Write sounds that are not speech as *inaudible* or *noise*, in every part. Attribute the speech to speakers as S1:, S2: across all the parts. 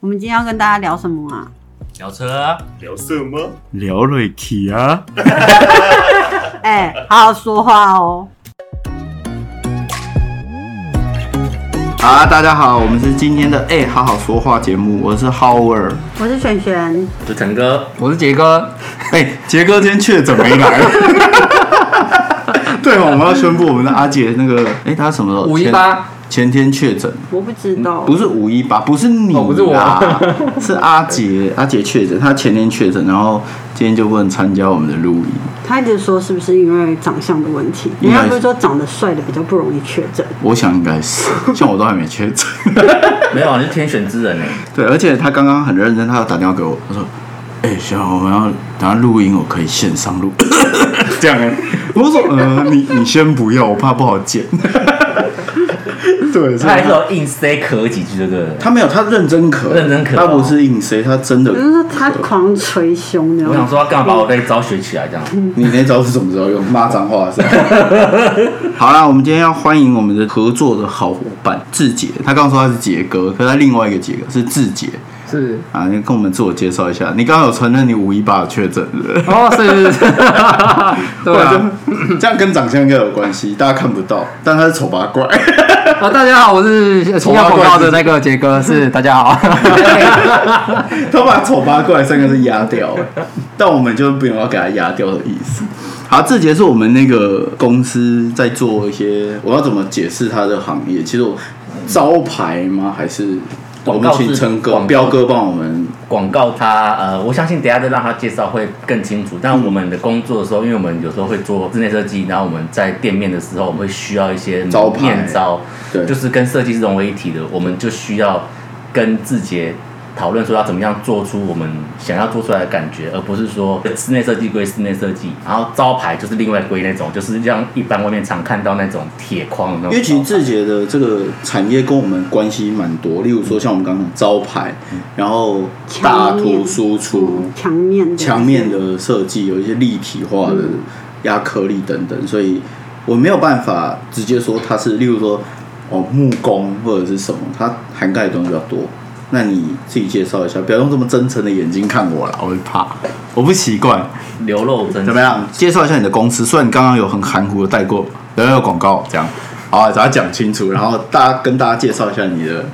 S1: 我们今天要跟大家聊什么啊？
S2: 聊车，
S3: 聊色吗？
S4: 聊瑞奇啊，
S1: 哎、好好说话哦。
S4: 好啊，大家好，我们是今天的哎、好好说话节目，我是 Howard，
S1: 我是璇璇，
S2: 我是腾哥，
S5: 我是杰哥，
S4: 哎、杰哥今天确诊没来， *laughs* 对哦，我们要宣布我们的阿杰那个，哎、他什么时候？
S5: 五一八，
S4: 前前天确诊，
S1: 我不知道，
S4: 嗯不是五一八，不是你啦、
S5: 哦不是
S4: *laughs*
S5: 我
S4: 是阿杰，阿杰确诊，他前天确诊，然后今天就不能参加我们的录音。
S1: 他一直说是不是因为长相的问题？人
S4: 应该是
S1: 家不是说长得帅的比较不容易确诊？
S4: 我想应该是，像我都还没确诊。
S2: 没有，你是天选之人呢。欸 *laughs*
S4: 对，而且他刚刚很认真，他要打电话给我，他说：“哎、小小，我们要等下录音，我可以线上录。” *laughs* 这样哎、我说：“呃，你你先不要，我怕不好剪。” *laughs* 对，所
S2: 他还
S4: 以
S2: 是有哎硬塞咳几句，对不对？
S4: 他没有，他认真咳，
S2: 认真咳哦
S4: 他不是硬塞，他真的
S1: 我。是说他狂捶胸的，
S2: 我想说，干嘛把我再招学起来这样？
S4: 你那招是什么时候用？骂脏话是吧？ *laughs* 好啦，我们今天要欢迎我们的合作的好伙伴志杰，他刚刚说他是杰哥，可是他另外一个杰哥是志杰
S5: 是
S4: 啊，你跟我们自我介绍一下。你刚刚有承认你五一八确诊了。 *laughs*
S5: 哦，是是是，对啊，
S4: 就 *coughs* 这样跟长相应该有关系，大家看不到，但他是丑八怪。 *laughs*
S5: 啊，大家好，我是呃新加广告的那个杰哥，是大家好，
S4: 他把“丑八怪”三个字压掉，但我们就没有要给他压掉的意思。好，志杰是我们那个公司在做一些，我要怎么解释他的行业？其实我招牌吗？还是我
S2: 广
S4: 们
S2: 告
S4: 请
S2: 是
S4: 陈哥、
S2: 广告
S4: 彪哥帮我们？
S2: 广告他呃，我相信等一下再让他介绍会更清楚。但我们的工作的时候，因为我们有时候会做室内设计，然后我们在店面的时候，我们会需要一些
S4: 招牌
S2: 面招，
S4: 对
S2: 就是跟设计是融为一体的，我们就需要跟字节。讨论说要怎么样做出我们想要做出来的感觉，而不是说室内设计归室内设计，然后招牌就是另外归那种，就是像一般外面常看到那种铁框的那种招牌。
S4: 因为其实志杰的这个产业跟我们关系蛮多，例如说像我们刚刚讲招牌，然后大
S1: 墙面
S4: 图输出，
S1: 墙面的
S4: 嗯墙面的设计有一些立体化的嗯压颗粒等等，所以我没有办法直接说它是，例如说哦木工或者是什么，它涵盖的东西比较多。那你自己介绍一下，不要用这么真诚的眼睛看我了，我会怕，我不习惯。
S2: 流露真
S4: 怎么样？介绍一下你的公司，虽然你刚刚有很含糊的带过，然后有广告这样，好啊，把它讲清楚，然后大家跟大家介绍一下你的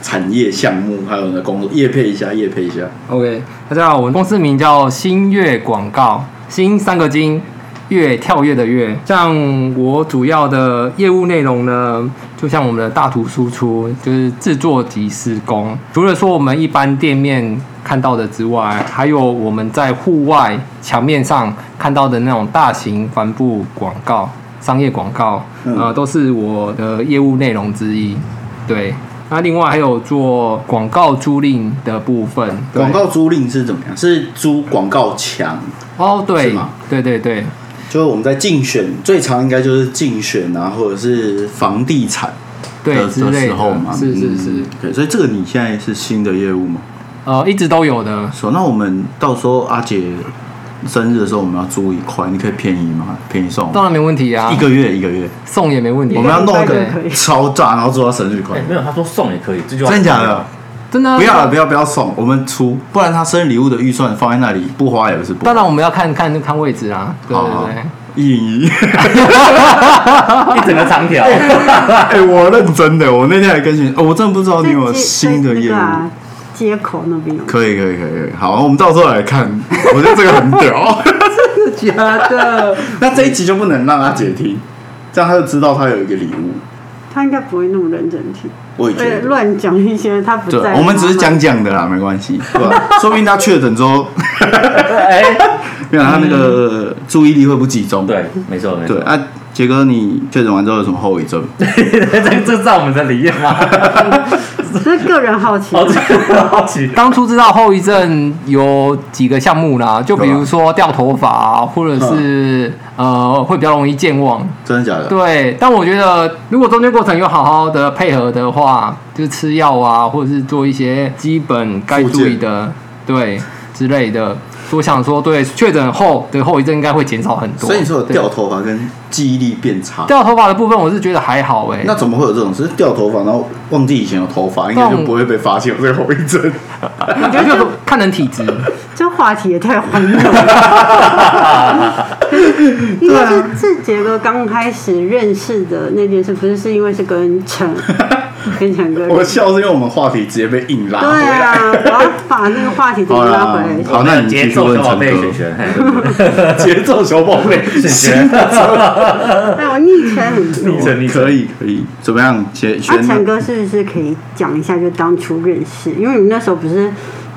S4: 产业项目，还有你的工作，业配一下，业配一下。
S5: OK，大家好，我们公司名叫新月广告，新三个金，月跳跃的月。像我主要的业务内容呢，就像我们的大图输出，就是制作及施工。除了说我们一般店面看到的之外，还有我们在户外墙面上看到的那种大型帆布广告、商业广告，
S4: 嗯
S5: 呃，都是我的业务内容之一。对。那另外还有做广告租赁的部分，对
S4: 广告租赁是怎么样？是租广告墙，
S5: 哦，
S4: 是
S5: 对
S4: 吗，
S5: 对对对，
S4: 就是我们在竞选最常应该就是竞选啊，或者是房地产
S5: 对
S4: 的
S5: 之
S4: 的
S5: 类
S4: 时候
S5: 的
S4: 嘛，，
S5: 是是是
S4: 嗯，对，所以这个你现在是新的业务吗？
S5: 呃，一直都有的。
S4: 说那我们到时候阿姐生日的时候我们要租一块，你可以便宜吗？便宜送我
S5: 当
S4: 们
S5: 然没问题啊
S4: 一，个月一个月，
S5: 送也没问题
S4: 我。们要弄一
S1: 一个礼拜就可以
S4: 个超炸，然后做到生日
S2: 哎、 *laughs*
S4: 快乐。
S2: 没有，他说送也可以，这句话
S4: 真的假的？？
S5: 真的啊
S4: 不要了，不要不要送，我们出，不然他生日礼物的预算放在那里不花也不是不花。
S5: 当然我们要看看看位置啊，对
S4: 好
S5: 对对。
S4: 一零一。
S2: 一整个长条。
S4: 哎、我认真的，我那天还跟你，哦，我真的不知道你
S1: 在
S4: 有
S1: 街
S4: 新的
S1: 在那
S4: 业务
S1: 个。啊街口那边有，
S4: 可以可以可以，可以好，我们到时候来看，我觉得这个很屌。 *laughs*
S5: 假的，
S4: 那这一集就不能让阿姐听，这样她就知道她有一个礼物。
S1: 他应该不会那么认真听，
S4: 我也觉
S1: 对，
S4: 得，
S1: 乱讲一些他不
S4: 对啊
S1: 在，，
S4: 我们只是讲讲的啦，没关系，对吧？说不定她确诊之后，
S1: *laughs*
S2: 哎、
S4: 没有她那个注意力会不集中。
S2: 对，没错，没错
S4: 对。啊，杰哥，你确诊完之后有什么后遗症？
S2: *laughs* 这这在我们的里面
S4: *laughs*
S2: 吗？
S1: 只是个人好
S4: 哦
S1: 奇。
S2: 好奇，好奇。
S5: *laughs* 当初知道后遗症有几个项目啦，就比如说掉头发啊，或者是
S4: 嗯
S5: 呃会比较容易健忘。
S4: 真的假的？
S5: 对，啊但我觉得如果中间过程有好好的配合的话，就是吃药啊，或者是做一些基本该注意的，对之类的，我想说，对确诊后的后遗症应该会减少很多。
S4: 所以你说有
S5: 对
S4: 掉头发跟记忆力变差，
S5: 掉头发的部分，我是觉得还好哎、
S4: 那怎么会有这种事？是掉头发，然后忘记以前有头发，应该就不会被发现有这个后遗症。
S5: 我觉得就看人体质，
S1: 这话题也太荒谬了。
S4: *laughs*
S1: 应该是志杰哥刚开始认识的那件事，不是是因为是跟
S4: *laughs*
S1: 陈跟陈哥。
S4: 我笑是因为我们话题直接被硬拉
S1: 对
S4: 回来。
S1: 啊，我要把那个话题给
S4: 好
S1: 啊拉回
S4: 啦
S1: 来。，
S4: 好，那你继
S2: 节
S4: 续
S2: 奏
S4: 问
S2: 小宝
S4: 陈
S2: 贝
S4: 哥
S2: 选。选，嘿对对对
S4: 节奏小宝贝，
S2: 选选，
S1: 但哎我昵称很多。
S2: 逆乘逆乘
S4: 可以可以，怎么样？选
S1: 阿啊陈
S4: 选
S1: 哥是不是可以讲一下，就当初认识？因为你们那时候不是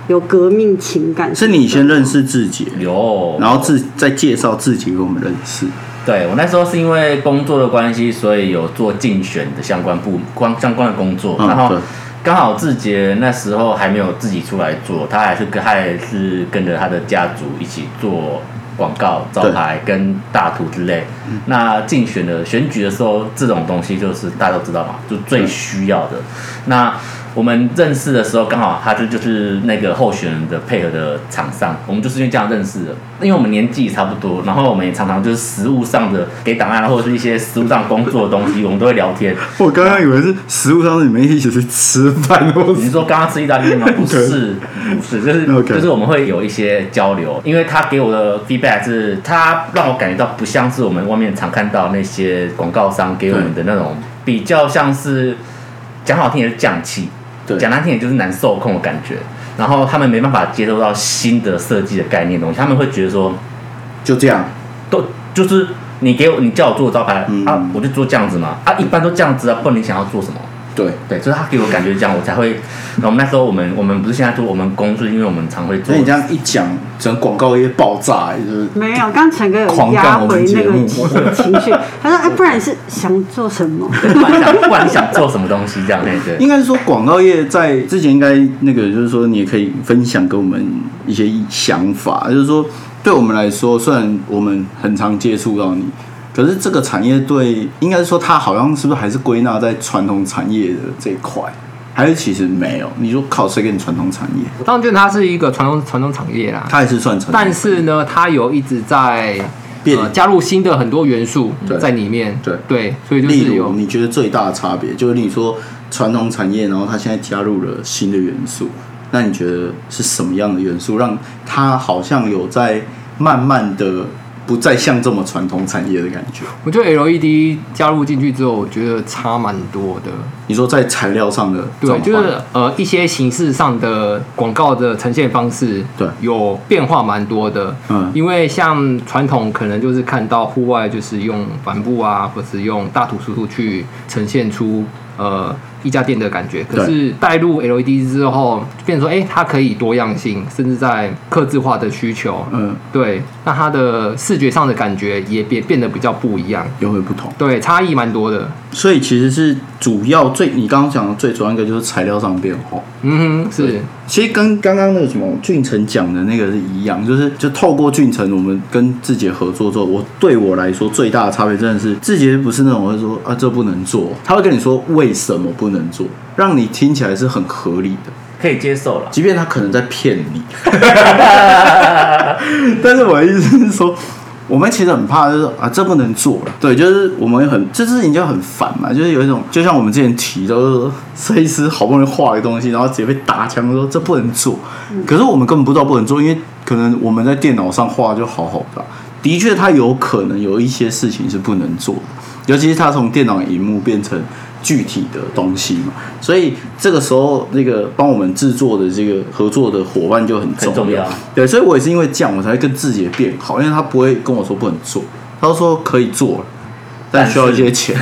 S1: 有革命情感？
S4: 是你先认识自己，
S2: *laughs* 有，
S4: 然后自再介绍自己给我们认识。
S2: 对我那时候是因为工作的关系，所以有做竞选的相关部关相关的工作，
S4: 嗯
S2: 然后
S4: 对
S2: 刚好志杰那时候还没有自己出来做，他还是跟他还是跟着他的家族一起做广告招牌跟大图之类。那竞选的选举的时候，这种东西就是大家都知道嘛，就最需要的。那我们认识的时候，刚好他就就是那个候选人的配合的厂商，我们就是因为这样认识的。因为我们年纪也差不多，然后我们也常常就是实务上的给档案或者是一些实务上工作的东西，我们都会聊天。
S4: 我刚刚以为是食物上是你们一起去吃饭，我
S2: *laughs* 你是说刚刚吃意大利面
S4: *laughs*
S2: 吗？不是，不是，就是
S4: OK
S2: 就是我们会有一些交流，因为他给我的 feedback 是，他让我感觉到不像是我们外面常看到那些广告商给我们的那种，比较像是讲好听也是匠气，
S4: 对
S2: 讲难听也就是难受控的感觉。然后他们没办法接受到新的设计的概念的东西，他们会觉得说，
S4: 就这样，
S2: 都就是你给我你叫我做招牌、
S4: 嗯
S2: 啊，我就做这样子嘛，啊，一般都这样子啊，不然你想要做什么？
S4: 对。
S2: 对，所以他给我感觉这样，我才会。然后我们那时候我们我们不是现在做我们工作，因为我们常会做
S4: 所以。你这样一讲，整个广告业爆炸、欸，就是
S1: 没有，刚陈哥有
S4: 狂
S1: 压
S4: 干我
S1: 回
S4: 们
S1: 那
S4: 节
S1: 个
S4: 目
S1: 情情绪，他说：“哎，不然你是想做什么？”
S4: *laughs*
S2: 不然你想，不然你想做什么东西这样？对对。
S4: 应该是说广告业在之前应该那个，就是说你也可以分享给我们一些想法，就是说对我们来说，虽然我们很常接触到你，可是这个产业对应该是说它好像是不是还是归纳在传统产业的这一块，还是其实没有？你说靠谁给你传统产业？
S5: 当然觉得它是一个传统传统产业啦。
S4: 它还是算传统，
S5: 但是呢，它有一直在
S4: 变
S5: 呃加入新的很多元素
S4: 对
S5: 在里面，
S4: 对
S5: 对，所以就
S4: 例
S5: 是
S4: 如
S5: 有
S4: 你觉得最大的差别，就是你说传统产业，然后它现在加入了新的元素，那你觉得是什么样的元素让它好像有在慢慢的不再像这么传统产业的感觉？
S5: 我觉得 LED 加入进去之后，我觉得差蛮多的。
S4: 你说在材料上的转
S5: 对，
S4: 换，
S5: 就是呃一些形式上的广告的呈现方式，
S4: 对
S5: 有变化蛮多的。
S4: 嗯
S5: 因为像传统可能就是看到户外就是用帆布啊，或是用大图输出去呈现出呃一家店的感觉。可
S4: 对
S5: 是带入 LED 之后，就变成说哎、它可以多样性，甚至在刻字化的需求，
S4: 嗯，
S5: 对，那它的视觉上的感觉也变变得比较不一样。
S4: 有会不同。
S5: 对，差异蛮多的。
S4: 所以其实是主要最你刚刚讲的最主要一个就是材料上的变化。
S5: 嗯哼，是。
S4: 其实跟刚刚那个什么俊成讲的那个是一样，就是就透过俊成，我们跟志杰合作之后，我对我来说最大的差别真的是，志杰不是那种会说啊这不能做，他会跟你说为什么不能做，让你听起来是很合理的，
S2: 可以接受了。
S4: 即便他可能在骗你。 *laughs* 但是我的意思是说，我们其实很怕，就是啊，这不能做了。对，就是我们很这事情就很烦嘛，就是有一种，就像我们之前提到，就是说设计师好不容易画一个东西，然后直接被打枪说这不能做，可是我们根本不知道不能做，因为可能我们在电脑上画就好好的啊、的确，它有可能有一些事情是不能做的，尤其是它从电脑荧幕变成具体的东西嘛，所以这个时候那个帮我们制作的这个合作的伙伴就很重
S2: 很重要
S4: 对，所以我也是因为这样，我才会跟自己变好，因为他不会跟我说不能做，他说可以做，但需要一些钱。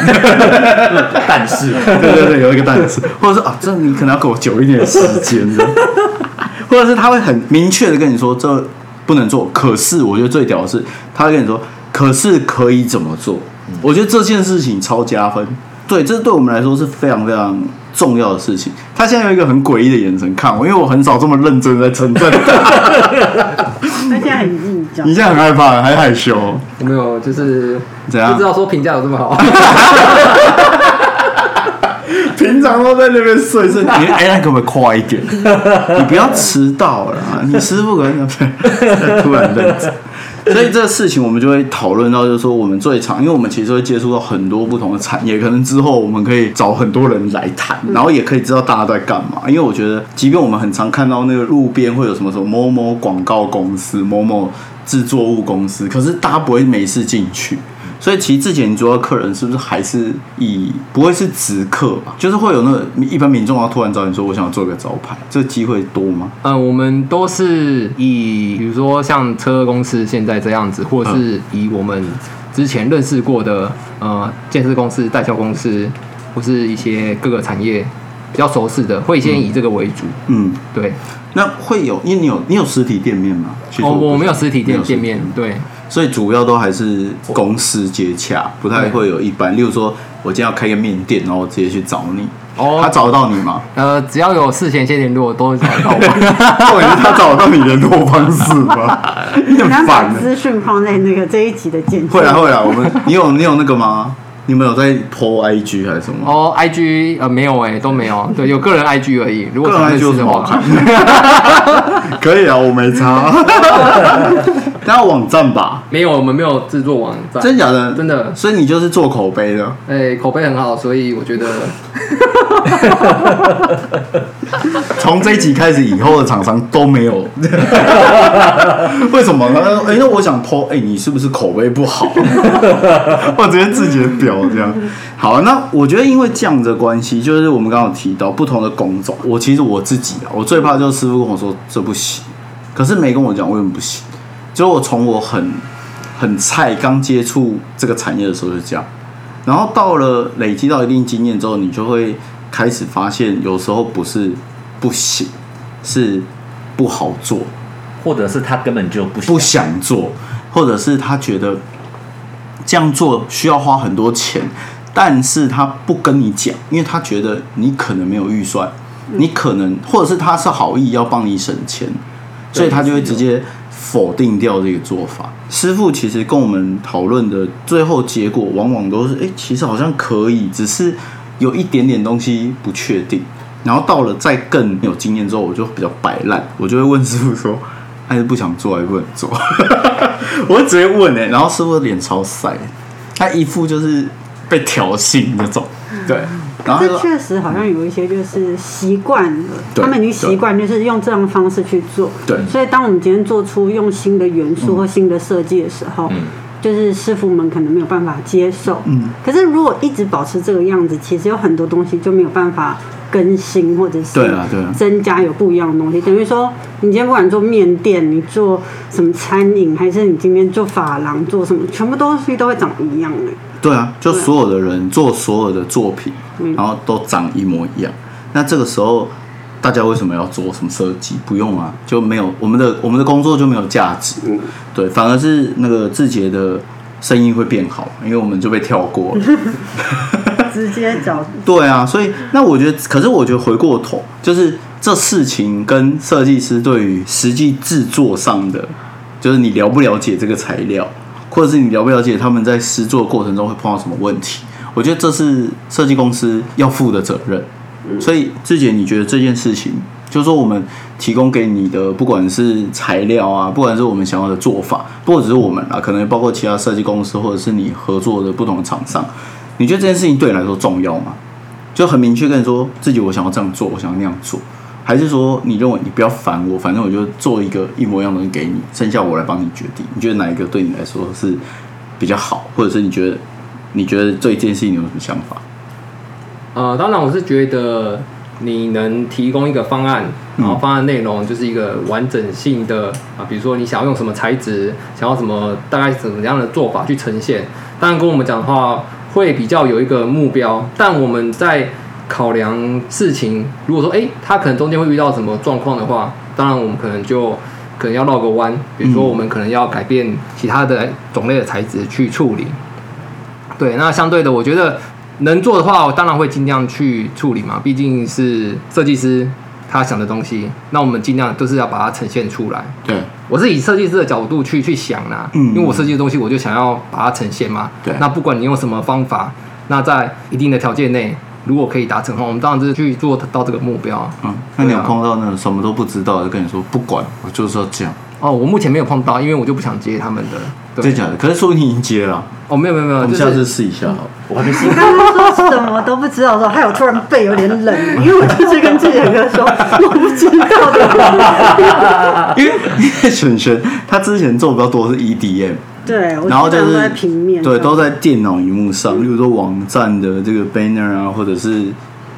S4: *laughs*
S2: 但是，
S4: 对对对，有一个单词，或者是啊，这你可能要给我久一点的时间的， *laughs* 或者是他会很明确的跟你说这不能做，可是我觉得最屌的是，他会跟你说，可是可以怎么做？我觉得这件事情超加分，对，这对我们来说是非常非常重要的事情。他现在用一个很诡异的眼神看我，因为我很少这么认真地在称赞他。 *laughs*
S1: 他现在很紧张
S4: 你。现在很害怕，还害羞，
S5: 有没有就是
S4: 怎样
S5: *laughs* 不知道说评价有这么好？
S4: *laughs* 平常都在那边睡睡。你哎，那可不可以快一点？你不要迟到了，啊你师傅可能突然认真。所以这个事情我们就会讨论到，就是说我们最常，因为我们其实会接触到很多不同的产业，可能之后我们可以找很多人来谈，然后也可以知道大家在干嘛。因为我觉得，即便我们很常看到那个路边会有什么什么某某广告公司、某某制作物公司，可是大家不会没事进去。所以其实之前你主要客人是不是还是以不会是直客吧？就是会有那个一般民众要突然找你说我想要做个招牌，这机会多吗？
S5: 嗯，我们都是以比如说像车公司现在这样子，或是以我们之前认识过的呃建设公司、代销公司，或是一些各个产业比较熟识的，会先以这个为主。
S4: 嗯，
S5: 对，
S4: 那会有，因为你有你有实体店面吗？其实
S5: 哦，
S4: 不
S5: 我没有
S4: 知道
S5: 实体
S4: 没
S5: 店
S4: 有实体
S5: 店面，对，
S4: 所以主要都还是公司接洽，不太会有一
S5: 嗯
S4: 般。例如说，我今天要开个面店，然后我直接去找你，
S5: 哦
S4: 他找得到你
S5: *laughs*
S4: 吗？
S5: 呃，只要有事前先联络，都找得到 *laughs* 我。
S4: 或者是他找得到你联络方式
S5: *laughs*
S4: 吗？ *laughs* 你很
S1: 你要把
S4: 烦的。
S1: 资讯放在那个这一集的简介。
S4: 会啊会啊，我们你有你有那个吗？你们有在 PO IG 还是什么？
S5: 哦，IG 呃没有哎、都没有，对，有个人 IG 而已。如果
S4: 个人
S5: 想认
S4: IG 有
S5: 识
S4: 什
S5: 的
S4: 么好
S5: 话
S4: 看，？可以啊，我没差。那要网站吧？
S5: *laughs* 没有，我们没有制作网站，
S4: 真假的？
S5: 真的
S4: 所以你就是做口碑的。
S5: 哎、口碑很好，所以我觉得
S4: 从这一集开始以后的厂商都没有， *laughs* 为什么呢？他说：“哎、那我想 PO，哎、你是不是口碑不好？” *laughs* 我直接自己表这样。好，那我觉得因为这样的关系，就是我们刚刚有提到不同的工种。我其实我自己啊，我最怕就是师傅跟我说这不行，可是没跟我讲为什么不行。就我从我很很菜刚接触这个产业的时候就这样，然后到了累积到一定经验之后，你就会开始发现，有时候不是不行，是不好做，
S2: 或者是他根本就不
S4: 不想做，或者是他觉得这样做需要花很多钱，但是他不跟你讲，因为他觉得你可能没有预算，你可能或者是他是好意要帮你省钱，所以他就会直接否定掉这个做法。师傅其实跟我们讨论的最后结果，往往都是哎、诶其实好像可以，只是有一点点东西不确定。然后到了再更有经验之后，我就比较摆烂，我就会问师傅说，还是不想做，还是不能做？ *laughs* 我会直接问哎、然后师傅的脸超晒，他一副就是被挑衅那种，对。然后
S1: 这
S4: 他说，
S1: 确实好像有一些就是习惯了，
S4: 对
S1: 他们已经习惯就是用这样的方式去做。
S4: 对嗯
S1: 所以当我们今天做出用新的元素或新的设计的时候，
S2: 嗯
S1: 就是师傅们可能没有办法接受。
S4: 嗯，
S1: 可是如果一直保持这个样子，其实有很多东西就没有办法更新，或者是
S4: 对啊对啊
S1: 增加有不一样的东西。等于说，你今天不管做面店，你做什么餐饮，还是你今天做发廊，做什么，全部东西都会长一样的。
S4: 对啊，就所有的人做所有的作品，
S1: 嗯
S4: 然后都长一模一样。那这个时候，大家为什么要做什么设计？不用啊，就没有我们的我们的工作就没有价值。对，反而是那个字节的生意会变好，因为我们就被跳过了。
S1: 直接找
S4: 对啊，所以那我觉得，可是我觉得回过头，就是这事情跟设计师对于实际制作上的，就是你了不了解这个材料，或者是你了不了解他们在施作过程中会碰到什么问题，我觉得这是设计公司要负的责任。所以志姐，你觉得这件事情，就是说我们提供给你的，不管是材料啊，不管是我们想要的做法，不只是我们啊，可能包括其他设计公司或者是你合作的不同的厂商，你觉得这件事情对你来说重要吗？就很明确跟你说自己我想要这样做，我想要那样做，还是说你认为你不要烦我，反正我就做一个一模一样的东西给你，剩下我来帮你决定。你觉得哪一个对你来说是比较好，或者是你觉得你觉得对这件事情有什么想法？
S5: 呃，当然我是觉得你能提供一个方案，然后方案内容就是一个完整性的啊，比如说你想要用什么材质，想要什么大概怎么样的做法去呈现。当然跟我们讲的话，会比较有一个目标，但我们在考量事情，如果说诶，他可能中间会遇到什么状况的话，当然我们可能就。可能要绕个弯，比如说
S4: 嗯
S5: 我们可能要改变其他的种类的材质去处理，对，那相对的，我觉得能做的话，我当然会尽量去处理嘛，毕竟是设计师他想的东西，那我们尽量都是要把它呈现出来。
S4: 对
S5: 我是以设计师的角度去去想啦，
S4: 嗯
S5: 因为我设计的东西，我就想要把它呈现嘛。
S4: 对
S5: 那不管你用什么方法，那在一定的条件内，如果可以达成的话，我们当然是去做到这个目标。
S4: 嗯，那你有
S5: 对啊
S4: 碰到那种什么都不知道就跟你说不管，我就是要这样，
S5: 哦，我目前没有碰到，因为我就不想接他们的。
S4: 真
S5: 对，
S4: 假的？可是说不定你已经接了，
S5: 哦，没有没有没有，
S4: 我
S5: 就
S4: 们下
S5: 是
S4: 次试一下好了。
S2: 我还没试
S1: 你刚刚说什么都不知道的时候，害我突然背有点冷，因为我就是跟志杰哥说我不知道
S4: *laughs*
S1: 的。
S4: *laughs* 因为因为璇璇他之前做比较多是 E EDM，
S1: 对，我
S4: 然后就
S1: 基本上都
S4: 是
S1: 在平面上，
S4: 对，都在电脑荧幕上，例如说网站的这个 banner 啊，或者是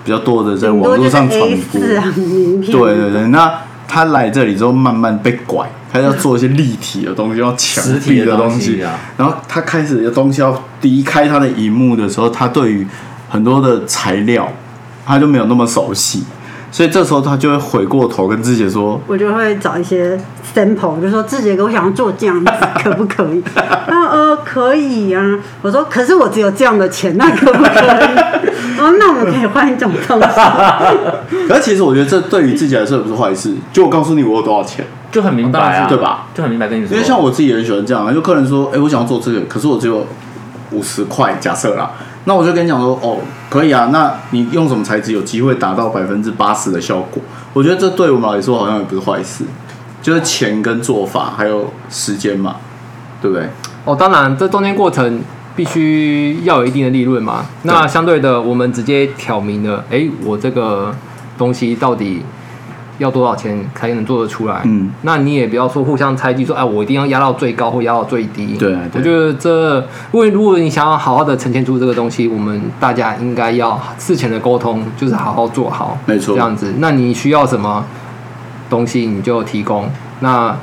S4: 比较多的在
S1: 顶
S4: 网
S1: 多
S4: 络
S1: 就是
S4: 上传
S1: A
S4: 播。
S1: 四啊， *laughs* 名片。
S4: 对对对，那他来这里之后慢慢被拐，他要做一些立体的东西，要墙
S2: 实体
S4: 壁
S2: 的
S4: 东
S2: 东西啊
S4: 然后他开始的东西要离开他的荧幕的时候，他对于很多的材料他就没有那么熟悉，所以这时候他就会回过头跟自己说。 *laughs*
S1: 我就会找一些 sample，就说志杰哥，我想要做这样子，可不可
S4: *laughs*
S1: 以？他说呃可以啊。我说可是我只有这样的钱，那可不可以？哦，那我们可以换一种东西。
S4: 可是其实我觉得这对于自己来说也不是坏事，就我告诉你我有多少钱，
S2: 就很明白
S4: 当然
S2: 啊，
S4: 是对吧？
S2: 就很明白跟你说，
S4: 因为像我自己也很喜欢这样啊，就客人说，哎、我想要做这个，可是我只有五十块，假设啦，那我就跟你讲说，哦，可以啊，那你用什么材质有机会达到百分之八十的效果？我觉得这对我们来说好像也不是坏事，就是钱跟做法还有时间嘛，对不对？
S5: 哦，当然这中间过程必须要有一定的利润嘛。那相对的，我们直接挑明了，哎，我这个东西到底。要多少钱才能做得出来？
S4: 嗯，
S5: 那你也不要说互相猜忌，说哎，我一定要压到最高或压到最低。
S4: 对啊对
S5: 我觉得这，因为如果你想要好好的呈现出这个东西，我们大家应该要事前的沟通，就是好好做好，
S4: 没错
S5: 这样子。那你需要什么东西，你就提供；那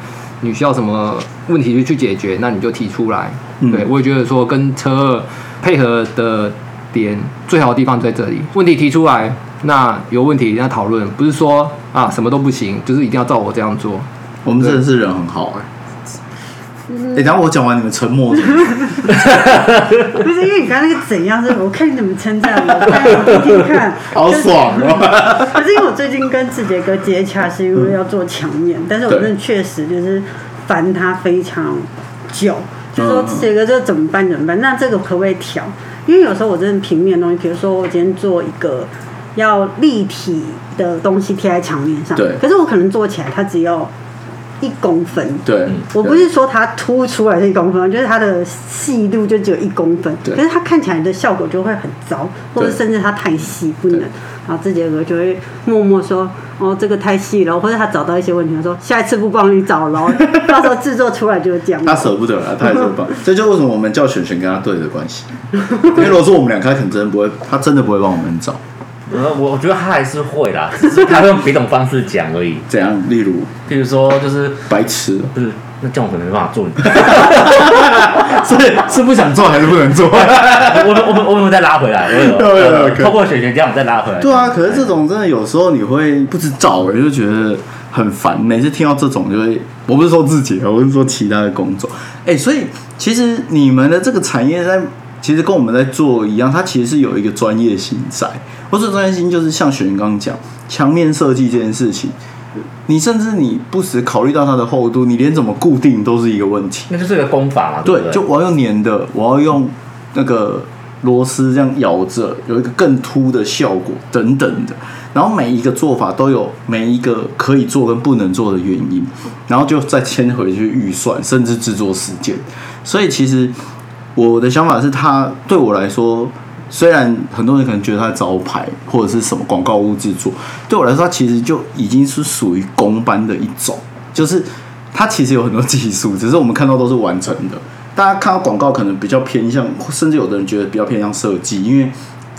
S5: 你需要什么问题去解决，那你就提出来。
S4: 嗯
S5: 对，我也觉得说跟车二配合的点最好的地方在这里，问题提出来，那有问题要讨论，不是说啊什么都不行，就是一定要照我这样做。
S4: 我们真的是人很好哎、哎、等一下我讲完你们沉默是不
S1: *laughs*
S4: 是，
S1: 不是因为你刚刚那个怎样是，我看你怎么称赞我，我看你听听看，
S4: 好爽哦！
S1: 可是因为我最近跟志杰哥接洽，是因为要做强颜，但是我
S4: 对
S1: 真的确实就是烦他非常久，就说
S4: 嗯
S1: 志杰哥这怎么办怎么办？那这个可不可以调？因为有时候我真的平面的东西，比如说我今天做一个要立体的东西贴在墙面上，
S4: 对
S1: 可是我可能做起来它只要一公分。
S4: 对，
S1: 我不是说它凸出来是一公分，就是它的细度就只有一公分，
S4: 对
S1: 可是它看起来的效果就会很糟，或者
S4: 对
S1: 甚至它太细不能啊
S4: 对。
S1: 然后志杰哥就会默默说：“哦，这个太细了。”或者他找到一些问题，他说：“下一次不帮你找了哦，到时候制作出来就是这样。”
S4: 他舍不得啊，他还是会帮。 *laughs* 这就是为什么我们叫璇璇跟他对的关 *laughs* 系，因为如果是我们两个，他可能真的不会，他真的不会帮我们找。
S2: 呃，我我觉得他还是会啦，只
S4: *laughs*
S2: 是他用别种方式讲而已。
S4: 怎样？例如
S2: 譬如说，就是
S4: 白 *laughs* 痴，
S2: 不是那这样我可能没办法做你。 *laughs*
S4: 是是不想做还是不能做？
S2: 我们我们我们再拉回来，我有
S4: 有有有
S2: 呃
S4: 可以
S2: 透过选选这样我再拉回来。
S4: 对啊，可是这种真的有时候你会不知道、欸，就觉得很烦。每次听到这种就会，我不是说自己，我是说其他的工作。哎、所以其实你们的这个产业在，其实跟我们在做一样，它其实是有一个专业性在。我说专业性就是像雪云刚刚讲，墙面设计这件事情，你甚至你不时考虑到它的厚度，你连怎么固定都是一个问题。
S2: 那就是个功法嘛，不
S4: 对，
S2: 对？
S4: 就我要用粘的，我要用那个螺丝这样咬着，有一个更凸的效果等等的。然后每一个做法都有每一个可以做跟不能做的原因，然后就再牵回去预算，甚至制作时间。所以其实我的想法是它，对我来说，虽然很多人可能觉得它招牌或者是什么广告物制作，对我来说，它其实就已经是属于工班的一种，就是它其实有很多技术，只是我们看到都是完成的。大家看到广告可能比较偏向，甚至有的人觉得比较偏向设计，因为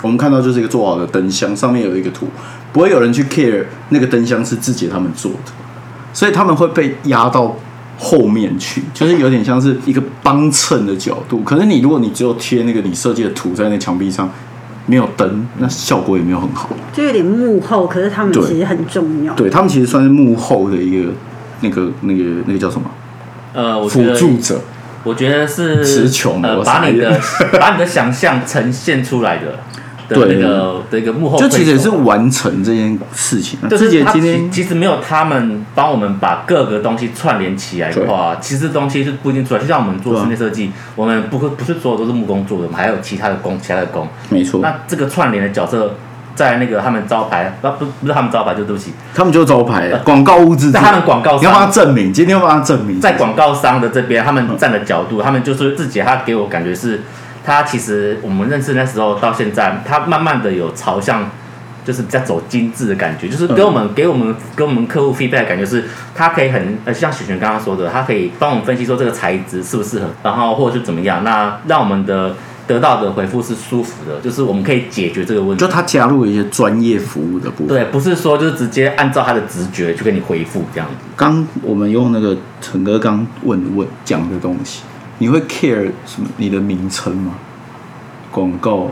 S4: 我们看到就是一个做好的灯箱，上面有一个图，不会有人去 care 那个灯箱是自己他们做的。所以他们会被压到后面去，就是有点像是一个帮衬的角度。可是你如果你只有贴那个你设计的图在那墙壁上，没有灯，那效果也没有很好。
S1: 就有点幕后，可是他们
S4: 对
S1: 其实很重要。
S4: 对他们其实算是幕后的一个那个那个那个叫什么
S2: 呃，我觉
S4: 辅
S2: 得
S4: 助者，
S2: 我觉得是
S4: 词穷了
S2: 呃，
S4: 我
S2: 把
S4: 傻眼
S2: 你的 *laughs* 把你的想象呈现出来的的
S4: 对
S2: 那个的一个幕后推
S4: 就
S2: 手，
S4: 其实也是完成这件事情。那
S2: 就
S4: 志
S2: 是
S4: 杰
S2: 他
S4: 今
S2: 其
S4: 天
S2: 其实没有他们帮我们把各个东西串联起来的话，其实东西是不一定出来。就像我们做室内设计，我们不会不是所有都是木工做的，我们还有其他的工，其他的工。
S4: 没错，
S2: 那这个串联的角色在那个他们招牌，啊不不不是他们招牌，就对不起，
S4: 他们就招牌广告物自助，
S2: 在他们广告
S4: 你要帮他
S2: 商，
S4: 证明，今天要帮他证明，
S2: 在广告商的这边，他们站的角度，他们就是自己，他给我感觉是，他其实我们认识那时候到现在，他慢慢的有朝向。就是比较走精致的感觉，就是给我们、给我们给我们客户 feedback 的感觉是，他可以很呃，像雪璇刚刚说的，他可以帮我们分析说这个材质适不适合，然后或者是怎么样，那让我们的得到的回复是舒服的，就是我们可以解决这个问题
S4: 就。他加入了一些专业服务的部分。
S2: 对，不是说就是直接按照他的直觉去跟你回复这样子。
S4: 刚我们用那个陈哥刚问问讲的东西，你会 care 什么？你的名称吗？广告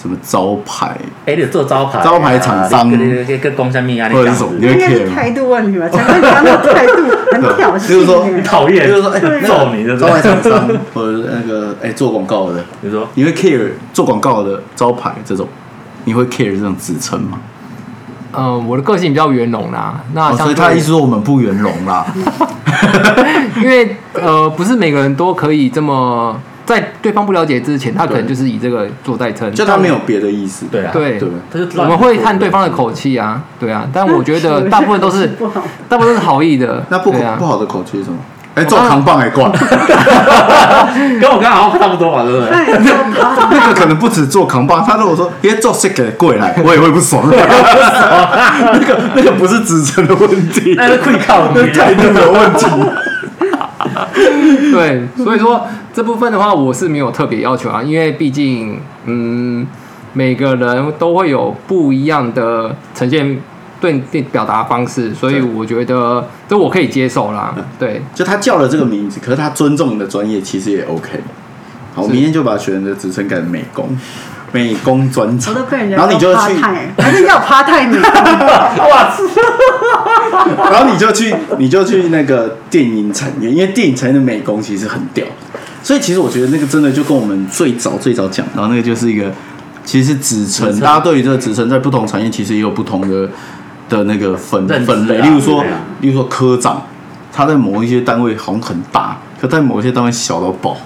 S4: 什么招牌
S2: 哎，你做招牌啊，
S4: 招牌厂商
S2: 跟跟跟公虾米啊，你
S4: 或者
S2: 讲
S4: 是什么？你会
S1: 应该
S4: care
S1: 是
S4: 吗？
S1: 态度问题吧，才会讲到态度，很挑衅、欸。
S4: 比如说
S2: 讨厌，
S4: 就是说，哎、那个
S2: 揍你，对不
S4: 招牌
S2: 对？
S4: 厂商或者是那
S2: *laughs*
S4: 个哎、做广告的，
S2: 你说
S4: 你会 care 做广告的招牌这种？你会 care 这种职称吗？
S5: 嗯，我的个性比较圆融啦，那
S2: 啊
S4: 哦、
S5: 相
S4: 所以
S5: 对、
S4: 他意思说我们不圆融啦。
S2: *laughs*
S5: 因为呃，不是每个人都可以这么在对方不了解之前，他可能
S4: 对
S5: 就是以这个做代称，
S4: 就他没有别的意思。
S2: 对啊，
S5: 对
S4: 对
S2: 他就知道
S5: 我
S2: 你
S5: 们会
S2: 做
S5: 看
S2: 的
S5: 对方的口气啊，对啊，但我觉得大部分
S1: *laughs*
S5: 都是
S1: 不好。
S5: 大部分都是好意的，
S4: *laughs* 那不、
S5: 对
S4: 不
S5: 啊，
S4: 好的口气是什么？哎、
S2: 哦
S4: 做扛棒还挂，
S2: 跟我刚刚好像差不多嘛，对不对？
S1: 对，就
S4: *laughs*
S1: 好
S4: 那个可能不止做扛棒，他如果说别做 sick 的过来，我也会
S2: *laughs*
S4: 不爽。那个那个不是职称的问题，
S2: 那是会靠
S4: 那 *laughs*
S2: 你啊
S4: 态度有问
S2: *laughs*
S4: 题。
S5: 对，所以说这部分的话，我是没有特别要求啊，因为毕竟嗯，每个人都会有不一样的呈现对对表达方式，所以
S4: 对
S5: 我觉得这我可以接
S4: *laughs*
S5: 受啦，对，
S4: 就他叫了这个名字，可是他尊重你的专业，其实也 OK。好，我明天就把学员的职称改成美工，美工专
S1: 我
S4: 场
S1: 都被人，家
S4: 然后你就
S1: 趴
S4: 去，
S1: 太，还是要趴太美。
S2: 哇，
S4: 然后你就去，你就去那个电影产业，因为电影产业的美工其实很屌，所以其实我觉得那个真的就跟我们最早最早讲到那个就是一个，其实是职
S2: 职
S4: 称，
S2: 称
S4: 大家对于这个职称在不同产业其实也有不同的的那个分
S2: 认知啊
S4: 分类，例如说
S2: 对啊，
S4: 例如说科长，他在某一些单位好像很大，可在某一些单位小到爆。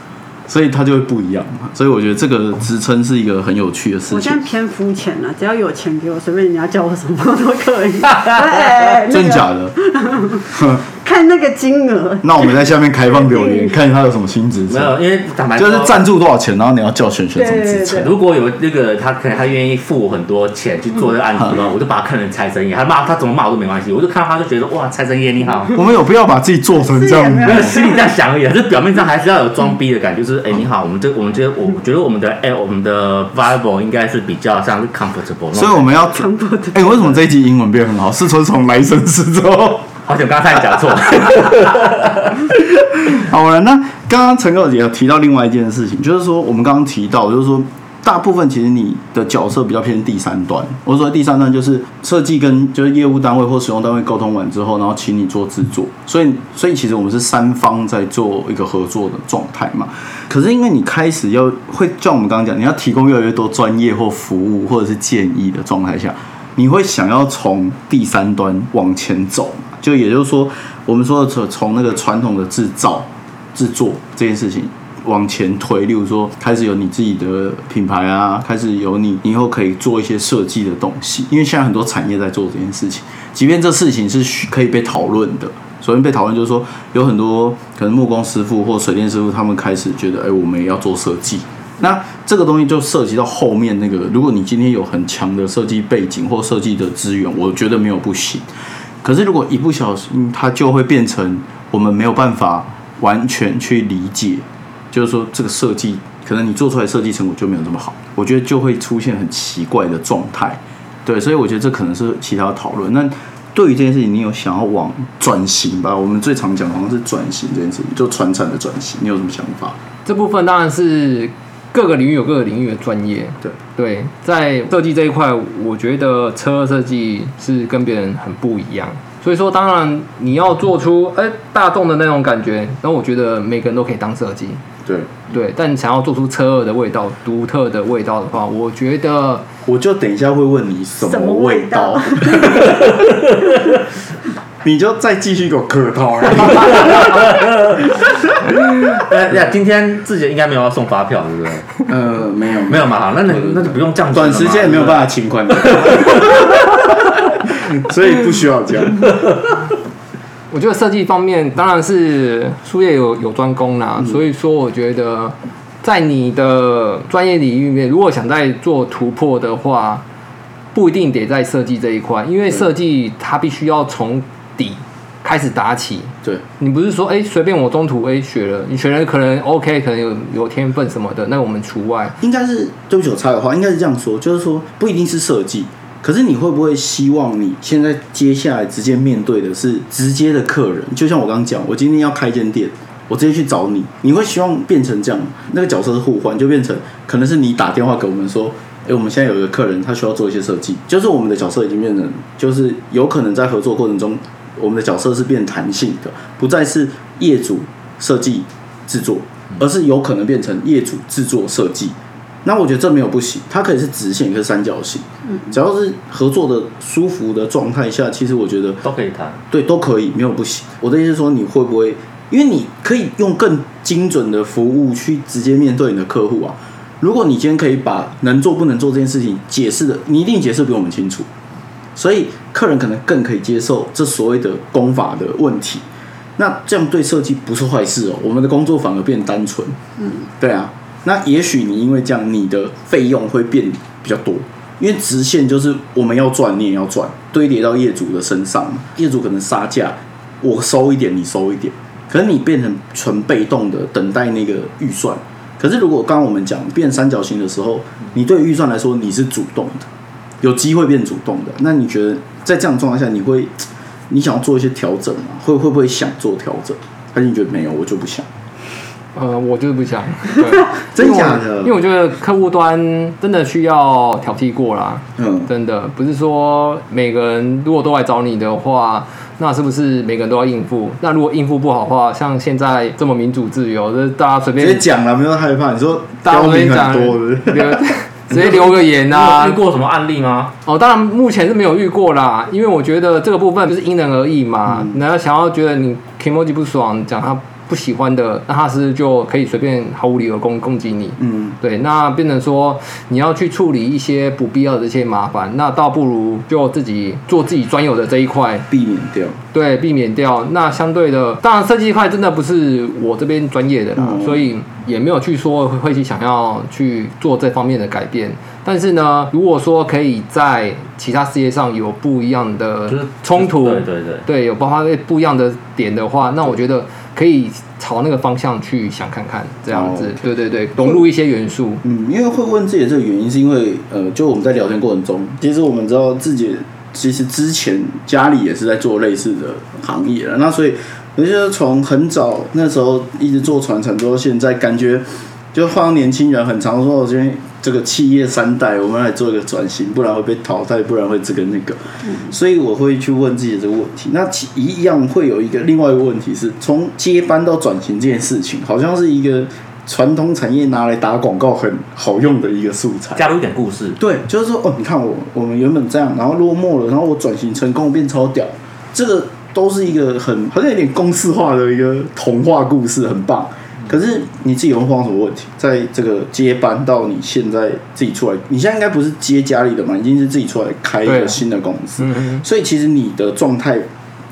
S4: 所以他就会不一样嘛，所以我觉得这个职称是一个很有趣的事
S1: 我
S4: 情
S1: 现。在偏肤浅了，只要有钱给我，随便你要叫我什么我都可
S4: *laughs*
S1: 以。哎，哎
S4: 真？
S1: 哎那个
S4: 假的？
S1: 看那个金额，
S4: 那我们在下面开放留言，看他有什么新职
S2: 没
S4: 称。
S2: 有，因为坦白
S4: 就
S2: 说
S4: 是赞助多少钱，然后你要叫选选什么职
S1: 对
S4: 称。
S2: 如果有那个他可能他愿意付我很多钱去做这个案子的
S4: 嗯
S2: 话，我就把他看成财神爷，他骂他怎么骂我都没关系，我就看到他就觉得哇，财神爷你
S4: *laughs*
S2: 好。
S4: 我们有必要把自己做成这样
S1: 是也
S2: 没
S4: 吗
S2: 有？心里这样想而已啊，就表面上还是要有装逼的感觉，就是哎、你好，我们这我们觉得我觉得我们的哎、我们的 viable 应该是比较像是 comfortable 那种。
S4: 所以我们要
S1: 强
S4: *laughs*
S1: 迫的。
S4: 哎、为什么这一集英文变很好？是从从来生之后。
S2: 好像刚才讲
S4: *laughs*
S2: 错，
S4: 好了，那刚刚陈哥也有提到另外一件事情，就是说我们刚刚提到，就是说大部分其实你的角色比较偏第三端。我说的第三端就是设计跟就是业务单位或使用单位沟通完之后，然后请你做制作。所以，所以其实我们是三方在做一个合作的状态嘛。可是因为你开始要会，就像我们刚刚讲，你要提供越来越多专业或服务或者是建议的状态下，你会想要从第三端往前走嘛，就也就是说，我们说的从从那个传统的制造、制作这件事情往前推，例如说开始有你自己的品牌啊，开始有你以后可以做一些设计的东西，因为现在很多产业在做这件事情，即便这事情是需可以被讨论的。首先被讨论就是说，有很多可能木工师傅或水电师傅，他们开始觉得，哎、我们也要做设计，那这个东西就涉及到后面那个，如果你今天有很强的设计背景或设计的资源，我觉得没有不行。可是如果一不小心，它就会变成我们没有办法完全去理解，就是说这个设计可能你做出来的设计成果就没有那么好，我觉得就会出现很奇怪的状态。对，所以我觉得这可能是其他的讨论。那对于这件事情，你有想要往转型吧？我们最常讲好像是转型这件事情，就传产的转型，你有什么想法？
S5: 这部分当然是各个领域有各个领域的专业。
S4: 对
S5: 对，在设计这一块，我觉得车设计是跟别人很不一样。所以说，当然你要做出哎、大众的那种感觉，然后我觉得每个人都可以当设计。
S4: 对，
S5: 对，但想要做出车二的味道、独特的味道的话，我觉得
S4: 我就等一下会问你什
S1: 什么
S4: 味
S1: 味道，
S4: *laughs* 你就再继续给我客套。
S3: 哎呀，今天自己应该没有要送发票，对不对？
S4: 呃，没有
S3: 没有嘛，好，那那
S4: 对对对
S3: 那就不用降
S4: 短时间也没有
S3: 法。
S4: 办法请款的， *laughs* 所以不需要这样。
S5: 我觉得设计方面当然是术业有有专
S4: 嗯
S5: 攻啦，所以说我觉得在你的专业领域里面，如果想再做突破的话，不一定得在设计这一块，因为设计它必须要从底开始打起。
S4: 对，
S5: 你不是说哎随便我中途哎学了，你学了可能 OK，可能有有天分什么的，那我们除外。
S4: 应该是对不起，我插个话，应该是这样说，就是说不一定是设计，可是你会不会希望你现在接下来直接面对的是直接的客人？就像我刚刚讲，我今天要开间店，我直接去找你，你会希望变成这样？那个角色是互换，就变成可能是你打电话给我们说。哎、我们现在有一个客人，他需要做一些设计，就是我们的角色已经变成，就是有可能在合作过程中，我们的角色是变弹性的，不再是业主设计制作，而是有可能变成业主制作设计。那我觉得这没有不行，它可以是直线，也可以是三角形，只要是合作的舒服的状态下，其实我觉得
S3: 都可以谈，
S4: 对都可以，没有不行。我的意思是说，你会不会，因为你可以用更精准的服务去直接面对你的客户啊。如果你今天可以把能做不能做这件事情解释的，你一定解释比我们清楚，所以客人可能更可以接受这所谓的功法的问题。那这样对设计不是坏事哦，我们的工作反而变单纯。嗯，对啊。那也许你因为这样，你的费用会变比较多，因为直线就是我们要赚，你也要赚，堆叠到业主的身上嘛。业主可能杀价，我收一点，你收一点，可是你变成纯被动的等待那个预算。可是如果刚刚我们讲变三角形的时候，你对预算来说你是主动的，有机会变主动的。那你觉得在这样的状况下，你会你想要做一些调整吗？会会不会想做调整？还是你觉得没有，我就不想？
S5: 呃，我就是不想，对
S4: 真假的
S5: 因为我因为我觉得客户端真的需要挑剔过啦。
S4: 嗯，
S5: 真的不是说每个人如果都来找你的话，那是不是每个人都要应付？那如果应付不好的话，像现在这么民主自由，就是大家随
S4: 直接
S5: 便
S4: 讲了，没有害怕。你说
S5: 大家
S4: 刁
S5: 随
S4: 民
S5: 便
S4: 很
S5: 讲，
S4: 多是不是
S5: *laughs* 留直接留个言
S4: *laughs*
S3: 你
S5: 啊
S3: 有遇。过什么案例吗？
S5: 哦，当然目前是没有遇过啦，因为我觉得这个部分就是因人而异嘛。
S4: 嗯
S5: 然后想要觉得你 k i m o j i 不爽，讲他不喜欢的，那他是不是就可以随便毫无理由攻攻击你。
S4: 嗯，
S5: 对，那变成说你要去处理一些不必要的这些麻烦，那倒不如就自己做自己专有的这一块，
S4: 避免掉。
S5: 对，避免掉。那相对的，当然设计一块真的不是我这边专业的啦，
S4: 嗯
S5: 所以也没有去说会会去想要去做这方面的改变。但是呢，如果说可以在其他事业上有不一样的
S3: 就是
S5: 冲突，
S3: 对对对，
S5: 对，有包括不一样的点的话，那我觉得可以朝那个方向去想看看，这样子，
S4: 哦
S5: 对对对，融入一些元素。
S4: 嗯，因为会问自己的这个原因，是因为呃，就我们在聊天过程中，其实我们知道自己其实之前家里也是在做类似的行业了，那所以我觉得从很早那时候一直做传承做到现在，感觉就换到年轻人很常说，我今天这个企业三代，我们来做一个转型，不然会被淘汰，不然会这个那个，所以我会去问自己这个问题。那其一样会有一个另外一个问题是，从接班到转型这件事情，好像是一个传统产业拿来打广告很好用的一个素材。
S3: 加入一点故事，
S4: 对，就是说哦，你看我我们原本这样，然后落寞了，然后我转型成功，我变超屌，这个都是一个很好像有点公式化的一个童话故事，很棒。
S5: 嗯
S4: 可是你自己有没有碰到什么问题？在这个接班到你现在自己出来，你现在应该不是接家里的嘛，已经是自己出来开一
S5: 对
S4: 个
S5: 啊
S4: 新的公司，
S5: 嗯嗯
S4: 所以其实你的状态，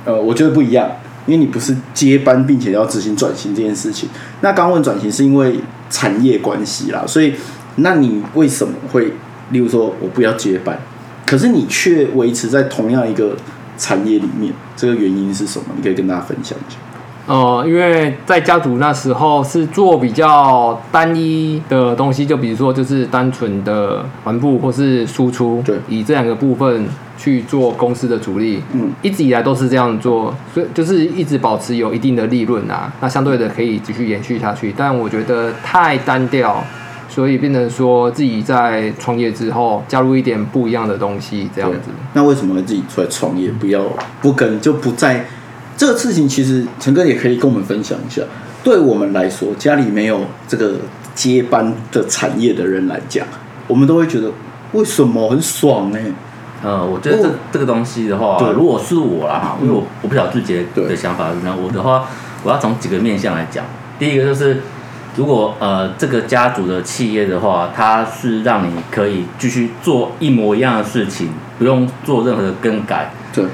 S4: 呃，我觉得不一样，因为你不是接班并且要执行转型这件事情。那刚问转型是因为产业关系啦，所以那你为什么会，例如说我不要接班，可是你却维持在同样一个产业里面，这个原因是什么？你可以跟大家分享一下。
S5: 呃，因为在家族那时候是做比较单一的东西，就比如说就是单纯的环部或是输出，
S4: 对
S5: 以这两个部分去做公司的主力，
S4: 嗯，
S5: 一直以来都是这样做，所以就是一直保持有一定的利润啊，那相对的可以继续延续下去，但我觉得太单调。所以变成说自己在创业之后加入一点不一样的东西，这样
S4: 对
S5: 子。
S4: 那为什么会自己出来创业？不要不跟就不在这个事情，其实陈哥也可以跟我们分享一下。对我们来说，家里没有这个接班的产业的人来讲，我们都会觉得为什么很爽呢、欸
S3: 呃，我觉得这
S4: 哦
S3: 这个东西的话
S4: 对，嗯
S3: 如果是我啦，因为我我不晓得自己
S4: 对
S3: 的想法是怎样，我的话，我要从几个面向来讲。
S2: 第一个就是，如果呃这个家族的企业的话，它是让你可以继续做一模一样的事情，不用做任何的更改，
S4: 对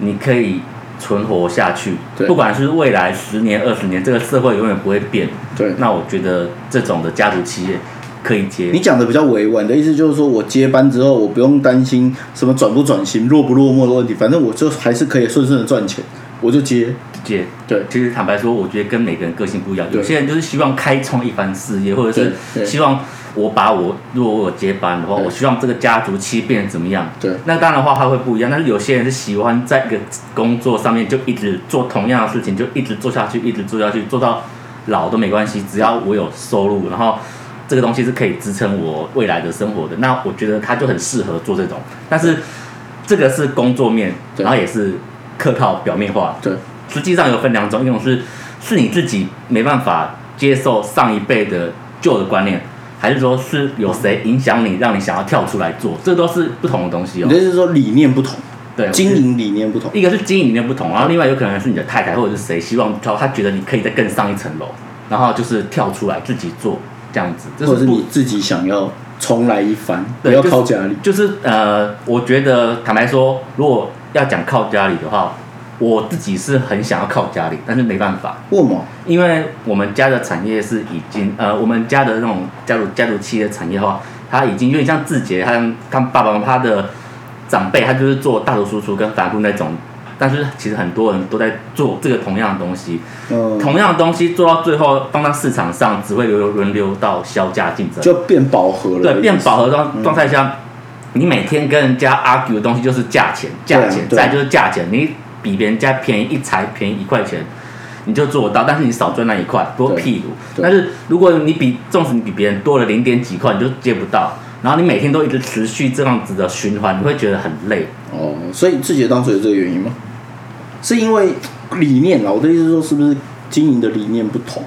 S2: 你可以存活下去。
S4: 对
S2: 不管是未来十年、二十年，这个社会永远不会变。
S4: 对。
S2: 那我觉得这种的家族企业可以接。
S4: 你讲的比较委婉的意思就是说，我接班之后，我不用担心什么转不转型、落不落寞的问题，反正我就还是可以顺顺的赚钱，我就接。
S2: 接。
S4: 对
S2: 其实坦白说，我觉得跟每个人个性不一样，
S4: 对
S2: 有些人就是希望开创一番事业，或者
S4: 对
S2: 是
S4: 对
S2: 希望我把我如果我有接班的话，
S4: 对
S2: 我希望这个家族企业变成怎么样。
S4: 对
S2: 那当然的话，它会不一样。但是有些人是喜欢在一个工作上面就一直做同样的事情，就一直做下去，一直做下去，做到老都没关系，只要我有收入，然后这个东西是可以支撑我未来的生活的。那我觉得他就很适合做这种，但是这个是工作面，
S4: 对
S2: 然后也是客套表面化，
S4: 对
S2: 实际上有分两种，一种是是你自己没办法接受上一辈的旧的观念，还是说是有谁影响你，让你想要跳出来做，这都是不同的东西哦
S4: 你的。意思是说理念不同，
S2: 对，我觉
S4: 经
S2: 得
S4: 营理念不同。
S2: 一个是经营理念不同，然后另外有可能是你的太太或者是谁希望他他觉得你可以再更上一层楼，然后就是跳出来自己做这样子，这
S4: 或者是
S2: 不
S4: 你自己想要重来一番，不
S2: 对
S4: 要
S2: 就是
S4: 靠家里。
S2: 就是呃，我觉得坦白说，如果要讲靠家里的话，我自己是很想要靠家里，但是没办法，
S4: 为什么？
S2: 因为我们家的产业是已经呃，我们家的那种家族家族企业产业的话，它已经有点像字节，他他爸爸妈妈他的长辈，他就是做大头输出跟反复那种，但是其实很多人都在做这个同样的东西，
S4: 嗯，
S2: 同样的东西做到最后放到市场上，只会流轮流到销价竞争，
S4: 就变饱和了。
S2: 对，变饱和
S4: 嗯
S2: 状状态下，你每天跟人家 argue 的东西就是价钱，价钱，
S4: 对啊对啊
S2: 再就是价钱，你比别人家便宜一才便宜一块钱，你就做得到，但是你少赚那一块，多
S4: 对
S2: 屁股。
S4: 对
S2: 但是如果你比，纵使你比别人多了零点几块，你就接不到，然后你每天都一直持续这样子的循环，你会觉得很累。
S4: 哦，所以自己当时有这个原因吗？是因为理念啊？我的意思是说，是不是经营的理念不同？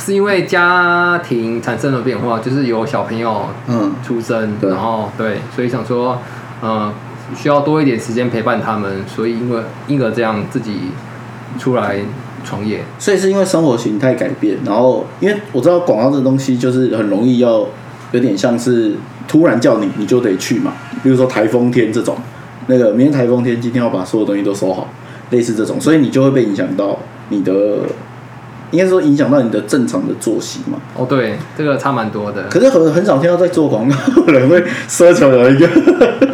S5: 是因为家庭产生了变化，就是有小朋友
S4: 嗯，
S5: 出生，
S4: 对
S5: 然后对，所以想说，呃，需要多一点时间陪伴他们，所以因为因而这样自己出来创业，
S4: 所以是因为生活形态改变，然后因为我知道广告这东西就是很容易要有点像是突然叫你你就得去嘛，比如说台风天这种，那个明天台风天，今天要把所有东西都收好，类似这种，所以你就会被影响到你的，应该说影响到你的正常的作息嘛。
S5: 哦，对，这个差蛮多的。
S4: 可是很很少听到在做广告 *laughs* 的人会奢求有一个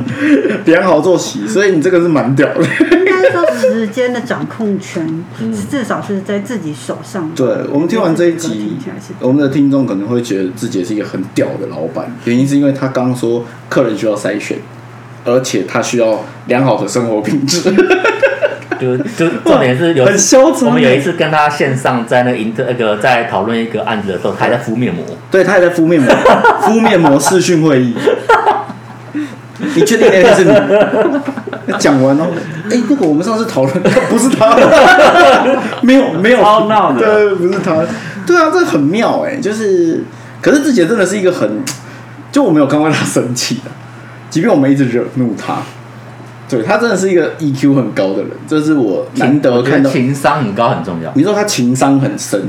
S4: *laughs* 良好作息，所以你这个是蛮屌的。
S1: 应该说时间的掌控权，至少是在自己手上。
S4: 嗯对我们听完这一
S1: 这个
S4: 集
S1: 听起来是，
S4: 我们的听众可能会觉得自己是一个很屌的老板，原因是因为他刚说客人需要筛选，而且他需要良好的生活品质。
S2: 就
S4: *laughs*
S2: 就重点是有
S4: 很嚣张
S2: 我们有一次跟他线上在那个营那个在讨论一个案子的时候，他还在敷面膜。
S4: 对他也在敷
S2: *laughs*
S4: 面膜，敷面膜视讯会议。你确定那个是你？讲完哦，哎、那个我们上次讨论， *laughs* 不是
S2: *laughs*
S4: 他，没有没有
S2: 超闹的
S4: 对，不是他，对啊，这很妙哎、就是，可是志杰真的是一个很，就我没有看过他生气的，即便我们一直惹怒他，对他真的是一个 EQ 很高的人，这是我难得
S2: 我觉
S4: 看到。
S2: 情商很高很重要。
S4: 你说他情商很深，是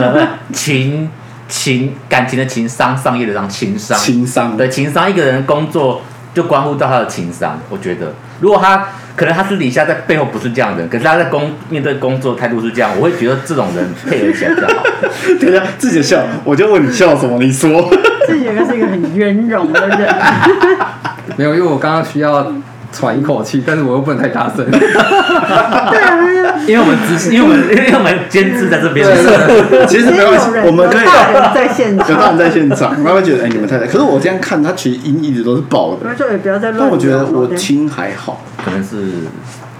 S4: 不是？
S2: 呃，情情感情的情商，商业的商，情商。
S4: 情商
S2: 对，情商，一个人工作就关乎到他的情商。我觉得，如果他可能他私底下在背后不是这样的人，可是他在工面对工作态度是这样，我会觉得这种人配合起来比较好。
S4: *laughs* 等一下，自己笑，我就问你笑什么？你 *laughs* 说。
S1: 自己就是一个很圆融的 *laughs* 人。
S5: 没有，因为我刚刚需要喘一口气，但是我又不能太大声。
S1: 对啊，
S2: *laughs* 因为我们只，因为我们，因为我们监制在这边，
S4: 其实
S1: 因为
S4: 没关系
S1: 有人，
S4: 我们可以啊
S1: 有大人在现
S4: 有
S1: 场，
S4: 大人在现场，他会觉得哎、你们太太。可是我这样看，他其实音一直都是爆
S1: 我
S4: 的。
S1: 们说也不要再
S4: 但
S1: 乱。
S4: 我觉得我，听还好，
S2: 可能是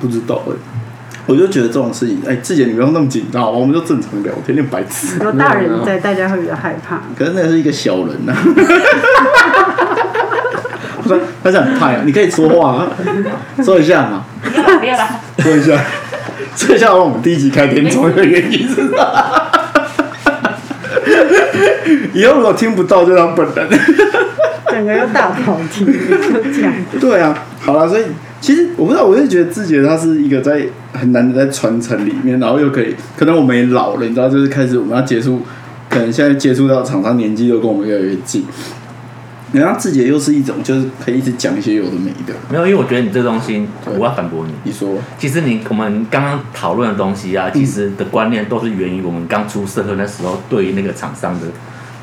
S4: 不知道哎、我就觉得这种事情，哎、自己你不用那么紧张，好吗我们就正常聊天，你很白痴。
S1: 有大人在，大家会比较害
S4: *laughs*
S1: 怕。
S4: 可是那是一个小人呐、啊。他说他是很怕呀，你可以说话啊，说一下嘛，
S6: 不要啦不要啦，
S4: 说一下，说一下我们第一集开天窗的原因是
S6: *laughs*
S4: 啥？以后如果听不到，就当本人。
S1: 整个又大跑题，就这样。
S4: 对啊，好了，所以其实我不知道，我就觉得志杰他是一个在很难得在传承里面，然后又可以，可能我们也老了，你知道，就是开始我们要接触，可能现在接触到厂商年纪又跟我们越来越近，然后自己又是一种就是可以一直讲一些有的没的，
S2: 没有，因为我觉得你这东西，我要反驳你。
S4: 你说
S2: 其实你我们刚刚讨论的东西
S4: 嗯
S2: 啊，其实的观念都是源于我们刚出社会那时候对于那个厂商的。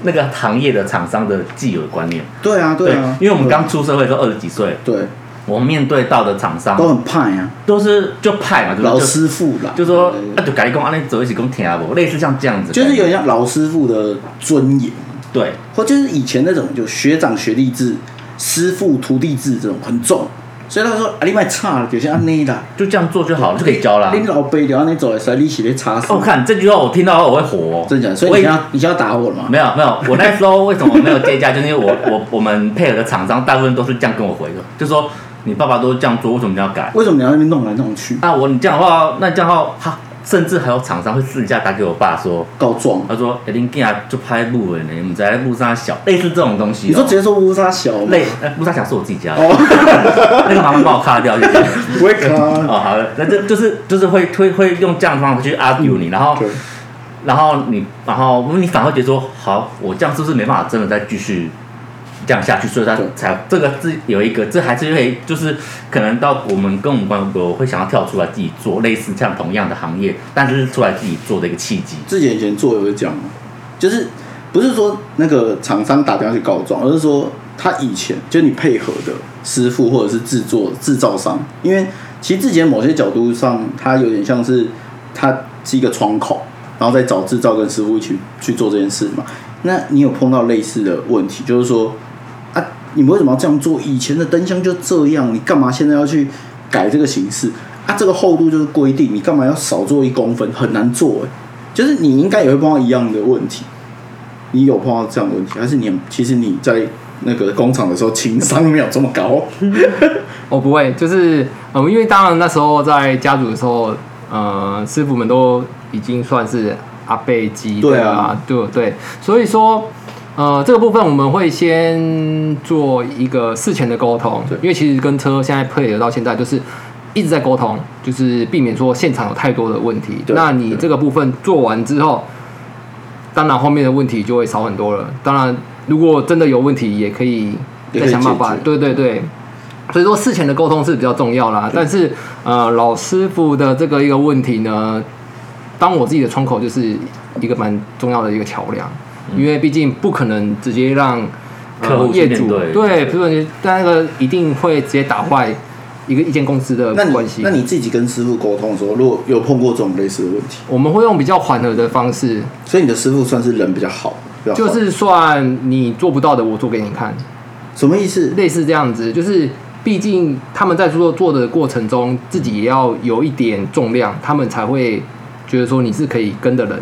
S2: 那个行业的厂商的既有观念，
S4: 对啊，啊，
S2: 因为我们刚出社会都二十几岁，
S4: 对
S2: 我们面对到的厂商
S4: 都很怕呀、
S2: 都是就派嘛，就是
S4: 老
S2: 就
S4: 师傅啦，
S2: 就说
S4: 对对
S2: 啊，
S4: 对
S2: 就改工，啊，你走一起工听啊，不，类似像这样子的概
S4: 就
S2: 念，
S4: 是有点像老师傅的尊严，
S2: 对，
S4: 或就是以前那种就学长学弟制、师傅徒弟制这种很重，所以他说啊，你卖差了，有些按内啦，
S2: 就这样做就好了，就可以教啦。
S4: 你老辈聊你走的时候，你起来插死
S2: 哦，我，看这句话我听到我会火、哦，
S4: 真的假的？所以
S2: 我
S4: 你
S2: 也
S4: 现在要你现在要打我了吗？
S2: *laughs* 没有没有，我那时候为什么没有接价，就是因为我我我们配合的厂商大部分都是这样跟我回的，就说你爸爸都这样做，为什么你要改？
S4: 为什么你要在那边弄来弄去
S2: 那我你这样的话，那这样的话，他甚至还有厂商会私底下打给我爸说，
S4: 告状？
S2: 他说哎，林健啊就拍路了呢，你们在路上小，类似这种东西、哦。
S4: 你说直接说乌沙小吗？
S2: 类，呃路上小是我自己家的，
S4: 哦，
S2: *laughs* 那个麻烦帮我卡掉就这样。
S4: 不会卡。
S2: 哦，好了，那这就是就是会会会用这样的方法去 argue 你，然后
S4: 对，
S2: 然后你然后你反而觉得说，好，我这样是不是没办法真的再继续这样下去？所以他
S4: 对
S2: 才这个是有一个，这还是会就是可能到我们跟我们关我会想要跳出来自己做类似像同样的行业，但是是出来自己做的一个契机。
S4: 之前以前做有讲嘛，就是不是说那个厂商打电话去告状，而是说他以前就你配合的师傅或者是制作制造商，因为其实之前某些角度上，它有点像是它是一个窗口，然后再找制造跟师傅一起去做这件事嘛。那你有碰到类似的问题，就是说啊，你们为什么要这样做？以前的灯箱就这样，你干嘛现在要去改这个形式？啊，这个厚度就是规定，你干嘛要少做一公分？很难做、欸，就是你应该也会碰到一样的问题。你有碰到这样的问题，还是你其实你在那个工厂的时候情商没有这么高？
S5: 哦，不会，就是呃，因为当然那时候在家族的时候，呃，师傅们都已经算是阿贝级的
S4: 对啊
S5: 啦，对对，所以说。呃，这个部分我们会先做一个事前的沟通，
S4: 对
S5: 因为其实跟车现在配合到现在，就是一直在沟通，就是避免说现场有太多的问题。
S4: 对
S5: 那你
S4: 对
S5: 这个部分做完之后，当然后面的问题就会少很多了。当然，如果真的有问题，也可以
S4: 也
S5: 再
S4: 可以
S5: 想办
S4: 解
S5: 法。
S4: 决
S5: 对对对，所以说事前的沟通是比较重要啦。但是呃，老师傅的这个一个问题呢，当我自己的窗口就是一个蛮重要的一个桥梁，因为毕竟不可能直接让、呃
S2: 客户去
S5: 业
S2: 面
S5: 主
S2: 对
S5: 对，不然那个一定会直接打坏一个一间公司的
S4: 那你
S5: 关系。
S4: 那你自己跟师傅沟通的时候，如果有碰过这种类似的问题，
S5: 我们会用比较缓和的方式，
S4: 所以你的师傅算是人比较好，比较
S5: 就
S4: 好
S5: 是算你做不到的，我做给你看。
S4: 什么意思？
S5: 类似这样子，就是毕竟他们在做做的过程中，自己也要有一点重量，他们才会觉得说你是可以跟的人，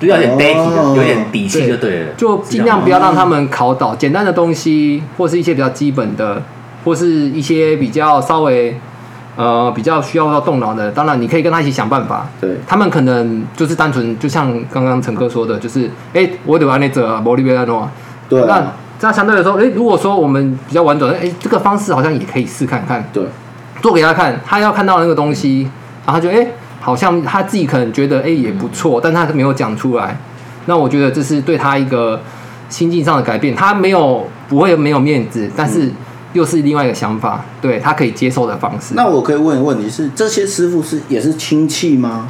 S2: 就要有点 d a
S4: 哦
S2: 有点底气就对了，
S5: 就尽量不要让他们考倒简单的东西，或是一些比较基本的，或是一些比较稍微呃比较需要要动脑的。当然，你可以跟他一起想办法。
S4: 对，
S5: 他们可能就是单纯，就像刚刚陈哥说的，就是哎、诶我得把那折摩利维亚诺，
S4: 对
S5: 那
S4: 啊，
S5: 这样相对来说，哎、如果说我们比较婉转，哎、这个方式好像也可以试看看。
S4: 对，
S5: 做给他看，他要看到那个东西，然后他就哎、诶好像他自己可能觉得哎、诶也不
S4: 嗯
S5: 错，但他没有讲出来。那我觉得这是对他一个心境上的改变，他没有不会没有面子，但是
S4: 嗯
S5: 又是另外一个想法，对他可以接受的方式。
S4: 那我可以问一个问题是，这些师傅是也是亲戚吗？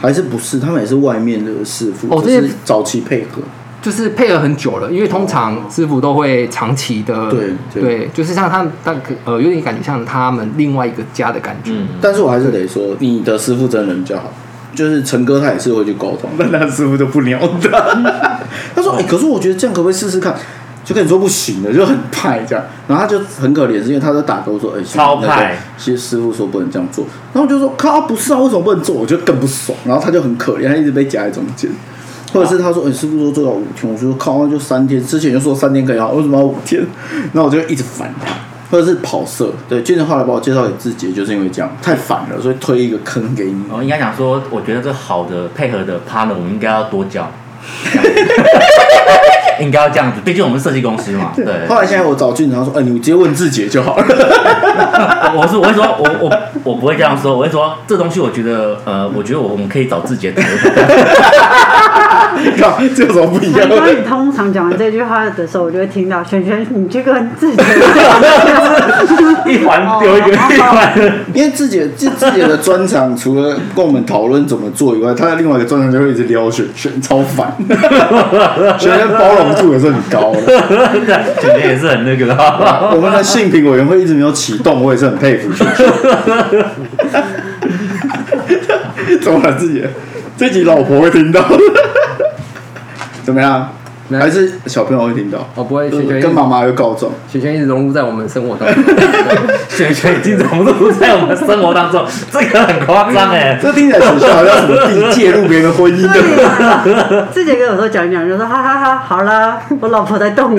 S4: 还是不是？他们也是外面的师傅，
S5: 哦
S4: 只
S5: 这些
S4: 是早期配合。
S5: 就是配合很久了，因为通常师傅都会长期的，
S4: 哦对对
S5: 对，就是像他他呃有点感觉像他们另外一个家的感觉，
S2: 嗯，
S4: 但是我还是得说，你的师傅真人比较好。就是陈哥他也是会去沟通， *laughs* 但他师傅就不鸟他。 *laughs* 他说：“哎、可是我觉得这样可不可以试试看？”就跟你说不行的，就很派这样。然后他就很可怜，是因为他就打给我说：“哎、
S2: 超派。”
S4: 其实师傅说不能这样做，然后我就说：“靠，不是啊，为什么不能做？”我就更不爽。然后他就很可怜，他一直被夹在中间。或者是他说：“哎、师傅说做到五天，我就说靠，那就三天。之前就说三天可以好，为什么要五天？” *laughs* 那我就一直烦他，或者是跑色。对，俊成后来把我介绍给自己，就是因为这样太烦了，所以推一个坑给你。
S2: 哦
S5: *laughs*
S2: 我应该讲说，我觉得这好的配合的 partner，我们应该要多教。应该要这样子，毕竟我们是设计公司嘛。对，
S4: 后来现在我找俊长说，呃，你直接问志杰就好了。 *laughs*
S2: 我我是我会说，我我我不会这样说，我会说这东西我觉得，呃，我觉得我们可以找自己的讨论。
S4: 看这有什么不一样
S1: 难？ *laughs* 怪你通常讲完这句话的时候，我就会听到璇璇，你去跟自己的
S2: *laughs* 一环丢
S1: 哦
S2: 一个，一环。
S4: 因为志杰志志杰的专场，除了跟我们讨论怎么做以外，他的另外一个专场就会一直撩选选，超烦。 *laughs* 选选包容度也是很高的。
S2: 姐姐也是很那个的啊。 *laughs*
S4: 我们的性评委员会一直没有启动，我也是很佩服选
S2: *laughs*
S4: 选。怎么了，志杰？这集老婆会听到。怎么样？
S5: 没有
S4: 还是小朋友会听到？
S5: 哦，不会，雪轩一直
S4: 跟妈妈有告状。
S5: 雪轩一直融入在我们生活当中。
S4: *laughs*
S2: 雪雪已经融入在我们生活当中，这个很夸张哎。
S4: 这听起来学校好像什么地介入别人的婚姻的。
S2: *laughs*
S1: 对， *laughs* 自己跟我说讲一讲，就说哈哈哈，好啦，我老婆在动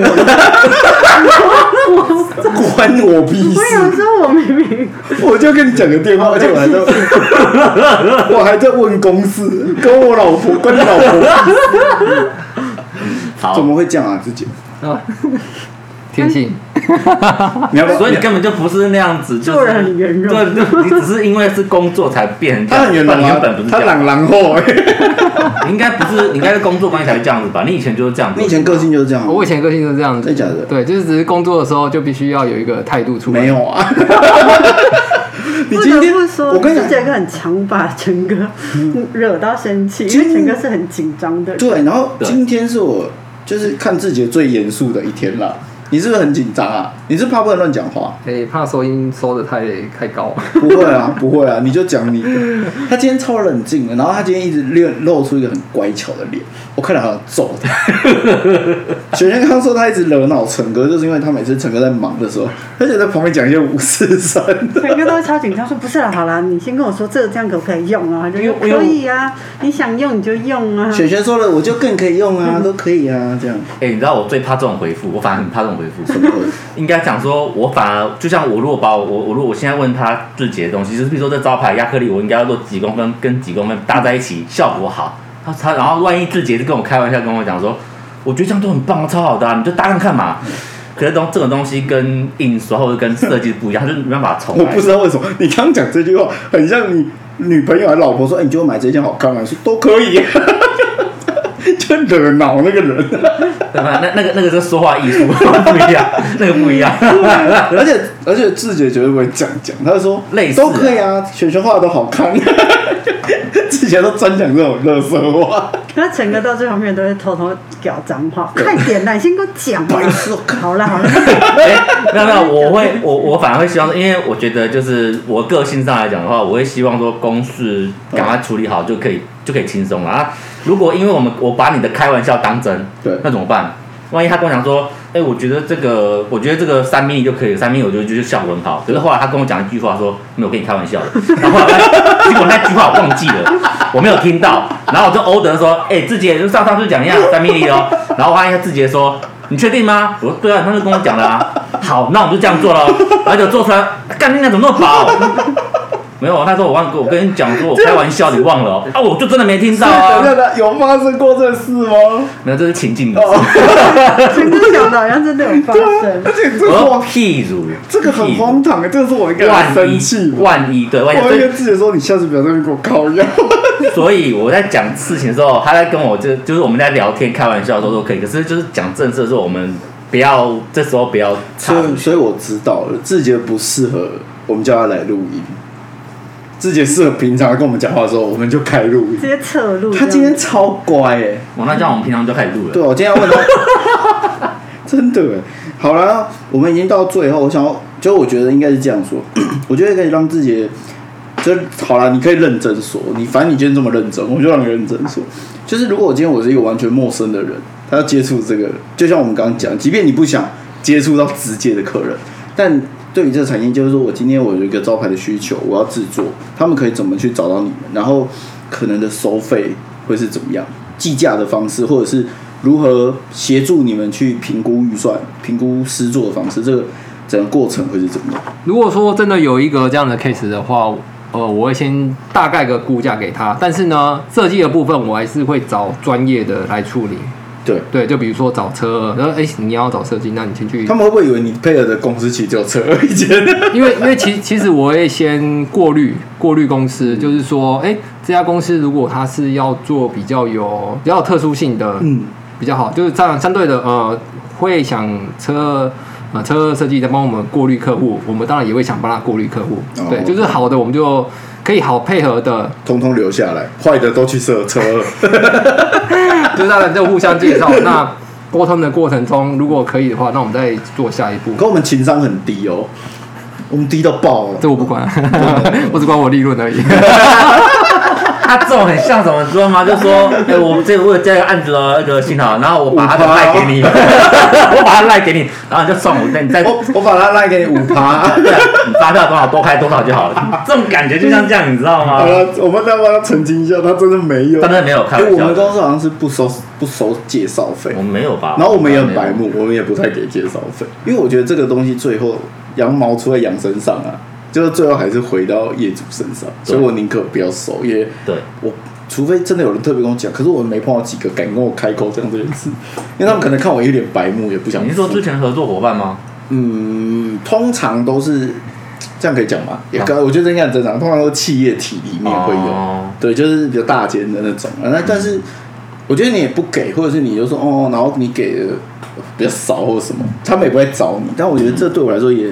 S1: 我。 *laughs* 我
S4: 关我屁
S1: 我有
S2: 啊
S4: 事！
S1: 时候我明明
S4: 我就跟你讲个电话，而且我还在，
S2: *laughs*
S4: 我还在问公司，跟我老婆，关你老婆，
S2: 好
S4: 怎，么会这样啊？自己，
S5: 啊天性，
S4: 你要不要？
S2: 所以你根本就不是那样子，就是
S1: 做人很圆融
S2: 对，对你只是因为是工作才变这
S4: 他
S2: 样，
S4: 很圆融
S2: 不然你
S4: 啊
S2: 原本不，是
S4: 他
S2: 这样，
S4: 朗朗后、欸，
S2: 你应该不是，你应该是工作关系才会这样子吧？你以前就是这样子，
S4: 你以前个性就是这样，
S5: 哦我以前个性就是这样子，
S4: 真假的
S5: 对，就是只是工作的时候就必须要有一个态度出来。
S4: 没，有啊。你
S1: 不
S4: 今
S1: 得
S4: 天
S1: 不说，
S4: 我跟你
S1: 自己
S4: 讲，
S1: 个很常把陈哥惹到生气，因为陈哥是很紧张的人。
S4: 对，然后
S2: 对
S4: 今天是我就是看自己最严肃的一天了。你是不是很紧张啊？你是怕不能乱讲话？
S5: 哎、怕收音收的太太高。 *laughs*
S4: 不会啊，不会啊，你就讲你的。他今天超冷静的，然后他今天一直露露出一个很乖巧的脸，我看了好想揍他。雪轩刚说他一直惹恼陈哥，就是因为他每次陈哥在忙的时候，他就在旁边讲一些五四三的。
S1: 陈哥都会超紧张，说不是啦，好啦，你先跟我说这个这样可不可以用啊？他就说
S2: 因为
S1: 可以啊，你想用你就用啊。
S4: 雪轩说了，我就更可以用啊，都可以啊，这样。
S2: 哎、你知道我最怕这种回复，我反而很怕这种回
S4: *laughs*
S2: 复。应该讲说，我反而就像我如果把我我我如果我现在问他最解的东西，就是比如说这招牌亚克力，我应该要做几公分跟几公分搭在一起，效果好。他他然后万一志杰就跟我开玩笑跟我讲说，我觉得这样做很棒，超好的、啊，你就搭上看嘛。可是东这种东西跟印刷或者跟设计不一样，就是没办法重来。
S4: *laughs* 我不知道为什么你刚讲这句话，很像你女朋友还老婆说：“哎、你觉得我买这件好看吗？”你说都可 *laughs* 以、就惹恼那个人。
S2: 对吧？那那个那个是说话艺术 *laughs* 不一样，那个不一
S4: *laughs*
S2: 样。
S4: 而且而且志杰绝对不会这样讲，他就说
S2: 类似啊
S4: 都可以啊，雪雪画的都好 *laughs* 看。志杰都专讲这种乐色话，
S1: 那陈哥到最后面都会偷偷屌脏话，快点啦，你先给我讲嘛。好啦好啦，
S2: *laughs* 哎、没有没有，我会我我反而会希望，因为我觉得就是我个性上来讲的话，我会希望说公事赶快处理好就可以就可以轻松了啊。如果因为我们我把你的开玩笑当真，
S4: 对
S2: 那怎么办？万一他跟我讲说，哎、我觉得这个，我觉得这个三米就可以，三米我觉得就是效果很好。可是后来他跟我讲一句话说，没有跟你开玩笑的，然后后来发现结果那句话我忘记了，我没有听到，然后我就欧德说，哎、志杰就上上次讲一样三米哦，然后我发现他志杰说，你确定吗？我说对啊，他就跟我讲了啊，好，那我们就这样做咯。然后就做出来，干你娘怎么那么薄？ *laughs* 没有，他说我忘，我跟你讲说我开玩笑，你忘了哦、啊，我就真的没听到
S4: 等
S2: 啊，
S4: 等等，有发生过这事吗？
S2: 没有，这是情境的 *laughs* 事。
S4: 哦，
S1: 陈哥讲的好像真的有发生
S4: 而。且这
S2: 我
S4: 个
S2: 说
S4: 我
S2: 譬如
S4: 这个很荒唐，啊这个是我应该很
S2: 万
S4: 生
S2: 一
S4: 气的。
S2: 万一对，万一
S4: 我会
S2: 所
S4: 跟志杰说：“你下次不要在那边给我靠腰。
S2: 以所以我在讲事情的时候，他在跟我就就是我们在聊天开玩笑的时候都可以，可是就是讲正事的时候，我们不要这时候不要”插
S4: 所
S2: 入
S4: 以所以我知道了，志杰不适合我们叫他来录音。志杰适合平常跟我们讲话的时候，我们就开录音
S1: 直。接侧录。
S4: 他今天超乖哎、
S2: 我那这样我们平常就开始录
S4: 对，
S2: 了。
S4: 我今天要问他， *laughs* 真的耶。好了，我们已经到最后，我想要，就我觉得应该是这样说， *clears throat* 我觉得可以让自己，就好了，你可以认真说，你反正你今天这么认真，我就让你认真说。就是如果我今天我是一个完全陌生的人，他要接触这个，就像我们刚刚讲，即便你不想接触到直接的客人，但对于这个产业，就是说我今天我有一个招牌的需求，我要制作，他们可以怎么去找到你们，然后可能的收费会是怎么样，计价的方式，或者是如何协助你们去评估预算、评估施作的方式，这个整个过程会是怎么样？
S5: 如果说真的有一个这样的 case 的话，呃，我会先大概个估价给他，但是呢，设计的部分我还是会找专业的来处理。
S4: 对，
S5: 对，就比如说找车，然后哎，你要找设计，那你先去
S4: 他，们会不会以为你配合的公司其实只有车而已？ *laughs*
S5: *laughs* 因为因为其其实我会先过滤过滤公
S4: 嗯
S5: 司，就是说，哎，这家公司如果它是要做比较有比较有特殊性的，
S4: 嗯，
S5: 比较好，就是这样相对的呃，会想车呃车设计在帮我们过滤客户，我们当然也会想帮他过滤客户，
S4: 哦
S5: 对，就是好的我们就可以好配合的，
S4: 通通留下来，坏的都去设车。
S5: 就是当然就互相介绍。那沟通的过程中，如果可以的话，那我们再做下一步。
S4: 可我们情商很低哦，我们低到爆了。
S5: 这我不
S4: *laughs*
S5: 管，我只管我利润而已。 *laughs*
S2: 他啊这种很像什么，知道吗？就
S4: *laughs*
S2: 说，哎、我们这个我有这个案子的那个信号，然后我把他的
S4: 五趴哦
S2: 赖给你， *laughs* 我把他赖给你，然后你就算我，那你再
S4: 我我把它赖给你五趴。
S2: 对啊你发票多少多开多少就好了。这种感觉就像这样，你知道吗
S4: 好？了，我们再帮他澄清一下，他真的没有
S2: 他。真的没有开
S4: 哎，
S2: 玩
S4: 我
S2: 笑的，
S4: 们公司好像是不收不收介绍费
S2: 我，们没有吧？
S4: 然后我们也很白
S2: 没有
S4: 目，我们也不太给介绍费，因为我觉得这个东西最后羊毛出在羊身上啊，就是最后还是回到业主身上，
S2: 对
S4: 所以我宁可不要收，因为
S2: 对，
S4: 我除非真的有人特别跟我讲，可是我没碰到几个敢跟我开口这样这件事，因为他们可能看我有点白目，也不想。
S2: 你是说之前合作伙伴吗？
S4: 嗯，通常都是这样可以讲
S2: 啊
S4: 吗？也可，我觉得这应该很正常。通常都是企业体里面会有，
S2: 哦嗯
S4: 对，就是比较大间的那种。啊那但是我觉得你也不给，或者是你就说哦，然后你给的比较少或什么，他们也不会找你。但我觉得这对我来说也，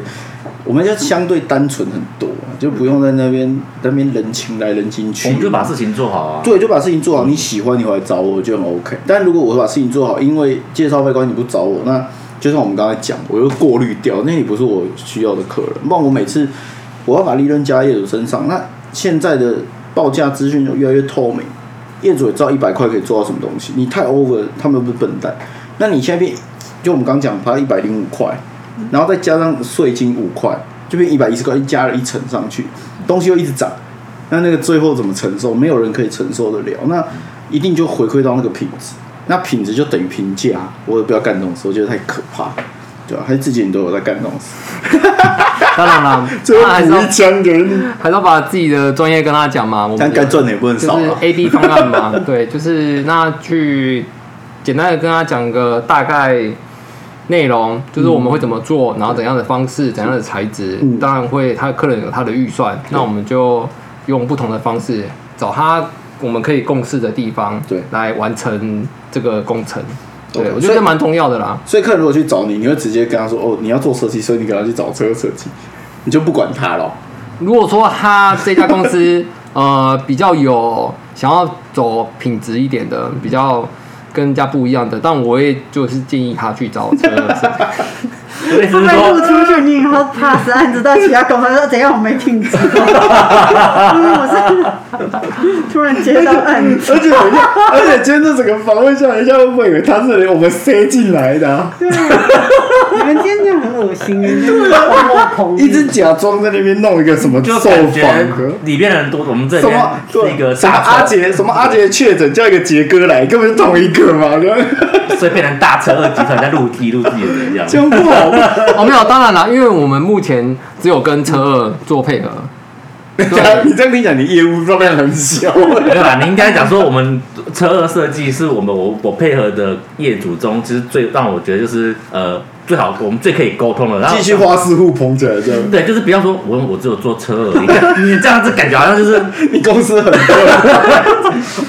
S4: 我们就相对单纯很多啊，就不用在那边那边人情来人情去。
S2: 我们就把事情做好啊。
S4: 对，就把事情做好。你喜欢你回来找我，我就很 OK。但如果我把事情做好，因为介绍费关系你不找我，那就像我们刚才讲，我又过滤掉，那你不是我需要的客人。不然我每次我要把利润加在业主身上，那现在的报价资讯就越来越透明，业主也知道一百块可以做到什么东西。你太 over，他们又不是笨蛋。那你现在变，就我们刚讲，它一百零五块，然后再加上税金五块，就变一百一十块，加了一层上去，东西又一直涨。那那个最后怎么承受？没有人可以承受得了。那一定就回馈到那个品质，那品质就等于评价。我也不要干这种事，我觉得太可怕，对吧、还是自己人都有在干这种事，
S5: 当然啦，
S4: 最
S5: 当
S4: 后
S5: 然还是
S4: 补
S5: 要
S4: 一枪给你，
S5: 还是要把自己的专业跟他讲嘛。我
S4: 但
S5: 们
S4: 该赚的也不能
S5: 就
S4: 少
S5: 是
S4: 了。
S5: A B 方案嘛， *laughs* 对，就是那去简单的跟他讲个大概内容，就是我们会怎么做，然后怎样的方式，怎样的材质，
S4: 嗯
S5: 当然会他客人有他的预算，那我们就用不同的方式找他我们可以共事的地方，
S4: 对
S5: 来完成这个工程。对，
S4: OK，
S5: 我觉
S4: 所
S5: 得
S4: 以
S5: 这蛮重要的啦。
S4: 所以客人如果去找你，你会直接跟他说：“哦，你要做设计，所以你给他去找车设计，你就不管他了。
S5: 如果说他这家公司 *laughs* 呃比较有想要走品质一点的，比较跟人家不一样的，但我也就是建议他去找车设计。
S2: 类似
S1: 他
S4: *laughs*
S1: 被
S2: 是
S1: 录
S2: 说，
S1: 出去，你以后 pass 案子到其他公司说怎样我没听错，嗯我是 *laughs* 突然接到案子，
S4: 而且我而且今天这整个访问下来，下会不会以为他是我们塞进来的、啊？
S1: 你们今天这样很恶
S4: *laughs*
S1: 心，对啊，捧
S4: 一直假装在那边弄一个什么
S2: 就
S4: 受
S2: 感
S4: 访
S2: 觉
S4: 盒。
S2: 里面人多，我们这
S4: 什
S2: 边
S4: 么
S2: 是一个
S4: 什么
S2: 大
S4: 阿
S2: 车
S4: 杰什么阿杰确诊叫一个杰哥来，根本就同一个嘛，
S2: 所以变成大车二集团在录地录自己的人这样
S4: *laughs* 这。样不好吧。
S5: 哦，没有，当然啦，因为我们目前只有跟车二做配合。对
S4: 你这样听讲，你业务状态很小。
S2: 没有啦，你应该讲说我们车二设计是我们我我配合的业主中，其实最让我觉得就是呃最好我们最可以沟通了。然后
S4: 继续花式互捧起来，
S2: *laughs*
S4: 这样
S2: 对，就是不要说我我只有做车而已， *laughs* 你这样子感觉好像就是
S4: 你公司很多，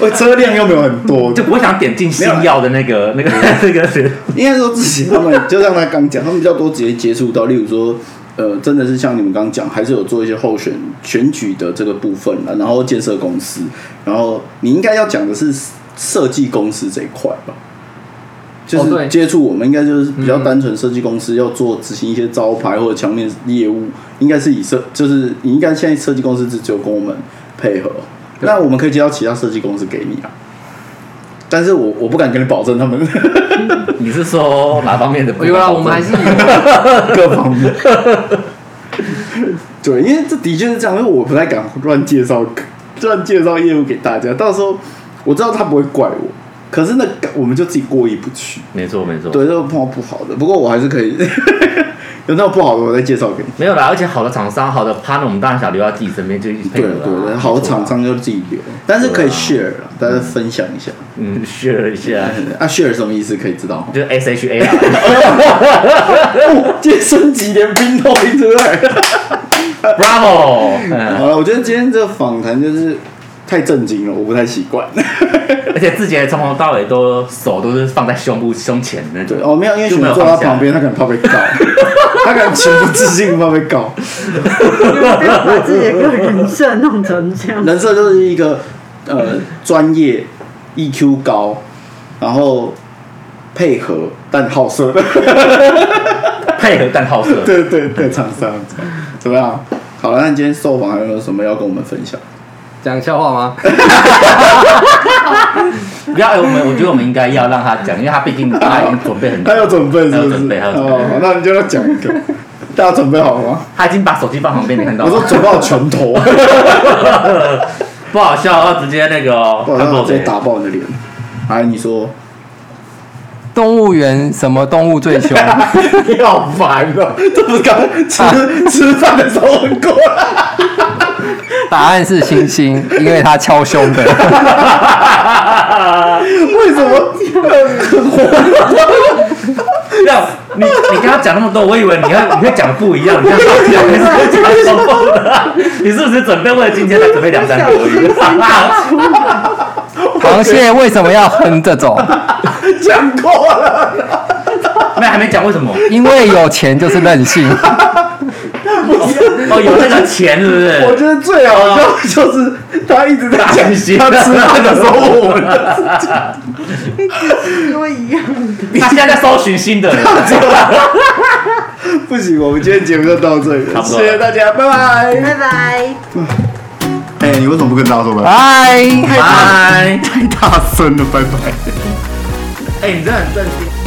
S4: *laughs* 我车辆又没有很
S2: *laughs*
S4: 多，
S2: 就不会想点进新药的那个那个那个 *laughs* 人。
S4: 应该说自己他们就像他刚讲，他们比较多直接接触到，例如说，呃，真的是像你们刚讲，还是有做一些候选选举的这个部分了，然后建设公司，然后你应该要讲的是设计公司这一块吧。就
S5: 哦对
S4: 是接触我们应该就是比较单纯设计公司要做执行一些招牌或者墙面业务，应该是以设就是你应该现在设计公司只只有跟我们配合，那我们可以接到其他设计公司给你啊，但是我我不敢跟你保证他们
S2: 你是说哪方面的？
S5: 有啦，我们还是有
S4: 各方面。对，因为这的确是这样，因为我不太敢乱介绍乱介绍业务给大家，到时候我知道他不会怪我，可是那个我们就自己过意不去，
S2: 没错没错。
S4: 对，就碰到不好的。不过我还是可以， *laughs* 有那种不好的我再介绍给你。
S2: 没有啦，而且好的厂商、好的 partner，我们当然想留在自己身边，就一起配
S4: 对
S2: 合
S4: 对
S2: 啊
S4: 对，好的啊厂商就自己留，但是可以 share 啦，大家分享一下。
S2: 嗯，share 一下，
S4: 啊，share 什么意思？可以知道吗？
S2: 就是 S H A 啊啦
S4: 哦，今天升级连冰都拎出来了。
S2: *laughs* ，Bravo！嗯
S4: *laughs* 好了，我觉得今天这个访谈就是太震惊了，我不太习惯。
S2: 而且自己还从头到尾都手都是放在胸部胸前的那
S4: 对，
S2: 种，
S4: 哦，没有，因为
S2: 就
S4: 选
S2: 没有
S4: 坐他
S2: 放下
S4: 旁边，他可能怕 *laughs* 被告，他可能情不自禁怕被告。
S1: 不要把自己的个人设弄成这样。
S4: 人设就是一个呃专业、EQ 高，然后配合但好色 *laughs* 的，
S2: 配合蛋套色。
S4: 对对对，厂商怎么样？好了，那你今天受访还有没有什么要跟我们分享？
S5: *laughs* 讲笑话吗？
S2: 不要，哎我们我觉得我们应该要让他讲，因为他毕竟他已经准备很
S4: 他有准备是
S2: 他有
S4: 不
S2: 准
S4: 是
S2: 备，？他有准备
S4: 哦，那你就要讲一 *laughs* 个，大家准备好了吗？
S2: 他已经把手机放旁边，你看到
S4: 我
S2: 吗？
S4: 说准备好啊拳 *laughs* 头，
S2: *laughs* 不好笑，要直接那个哦，
S4: 不然
S2: 看
S4: 我
S2: 够
S4: 直
S2: 没
S4: 接打爆你的脸。哎，你说，
S5: 动物园什么动物最凶？
S4: *laughs* 你好烦哦！这不是刚吃吃饭的时候问过了？
S5: 答案是星星，因为它敲胸的。
S4: 为什么？
S2: *laughs* 要你你跟他讲那么多，我以为你要你会讲不一样，你看他讲的是讲什么的？你是不是准备为了今天才准备两三国语？
S5: 螃蟹为什么要横着走？
S4: 讲过了，
S2: *laughs* 没有还没讲为什么？
S5: 因为有钱就是任性。
S2: 哦，有那个钱是不
S4: *laughs* 我
S2: 是？
S4: 觉得最好笑的就是他一直在讲
S2: 讲心
S4: 他吃饭的时候问我们，
S1: 都一样的。
S2: 他现在在搜寻新的人。
S4: *laughs* 不行，我们今天节目就到这里了，
S2: 差不多
S4: 谢
S2: 了
S4: 谢大家，拜拜。
S1: 拜拜。
S4: 哎、你为什么不跟大家说拜拜？
S5: 拜。
S2: 拜。
S4: 哎太大声了，拜拜。
S2: 哎，你真的很震惊。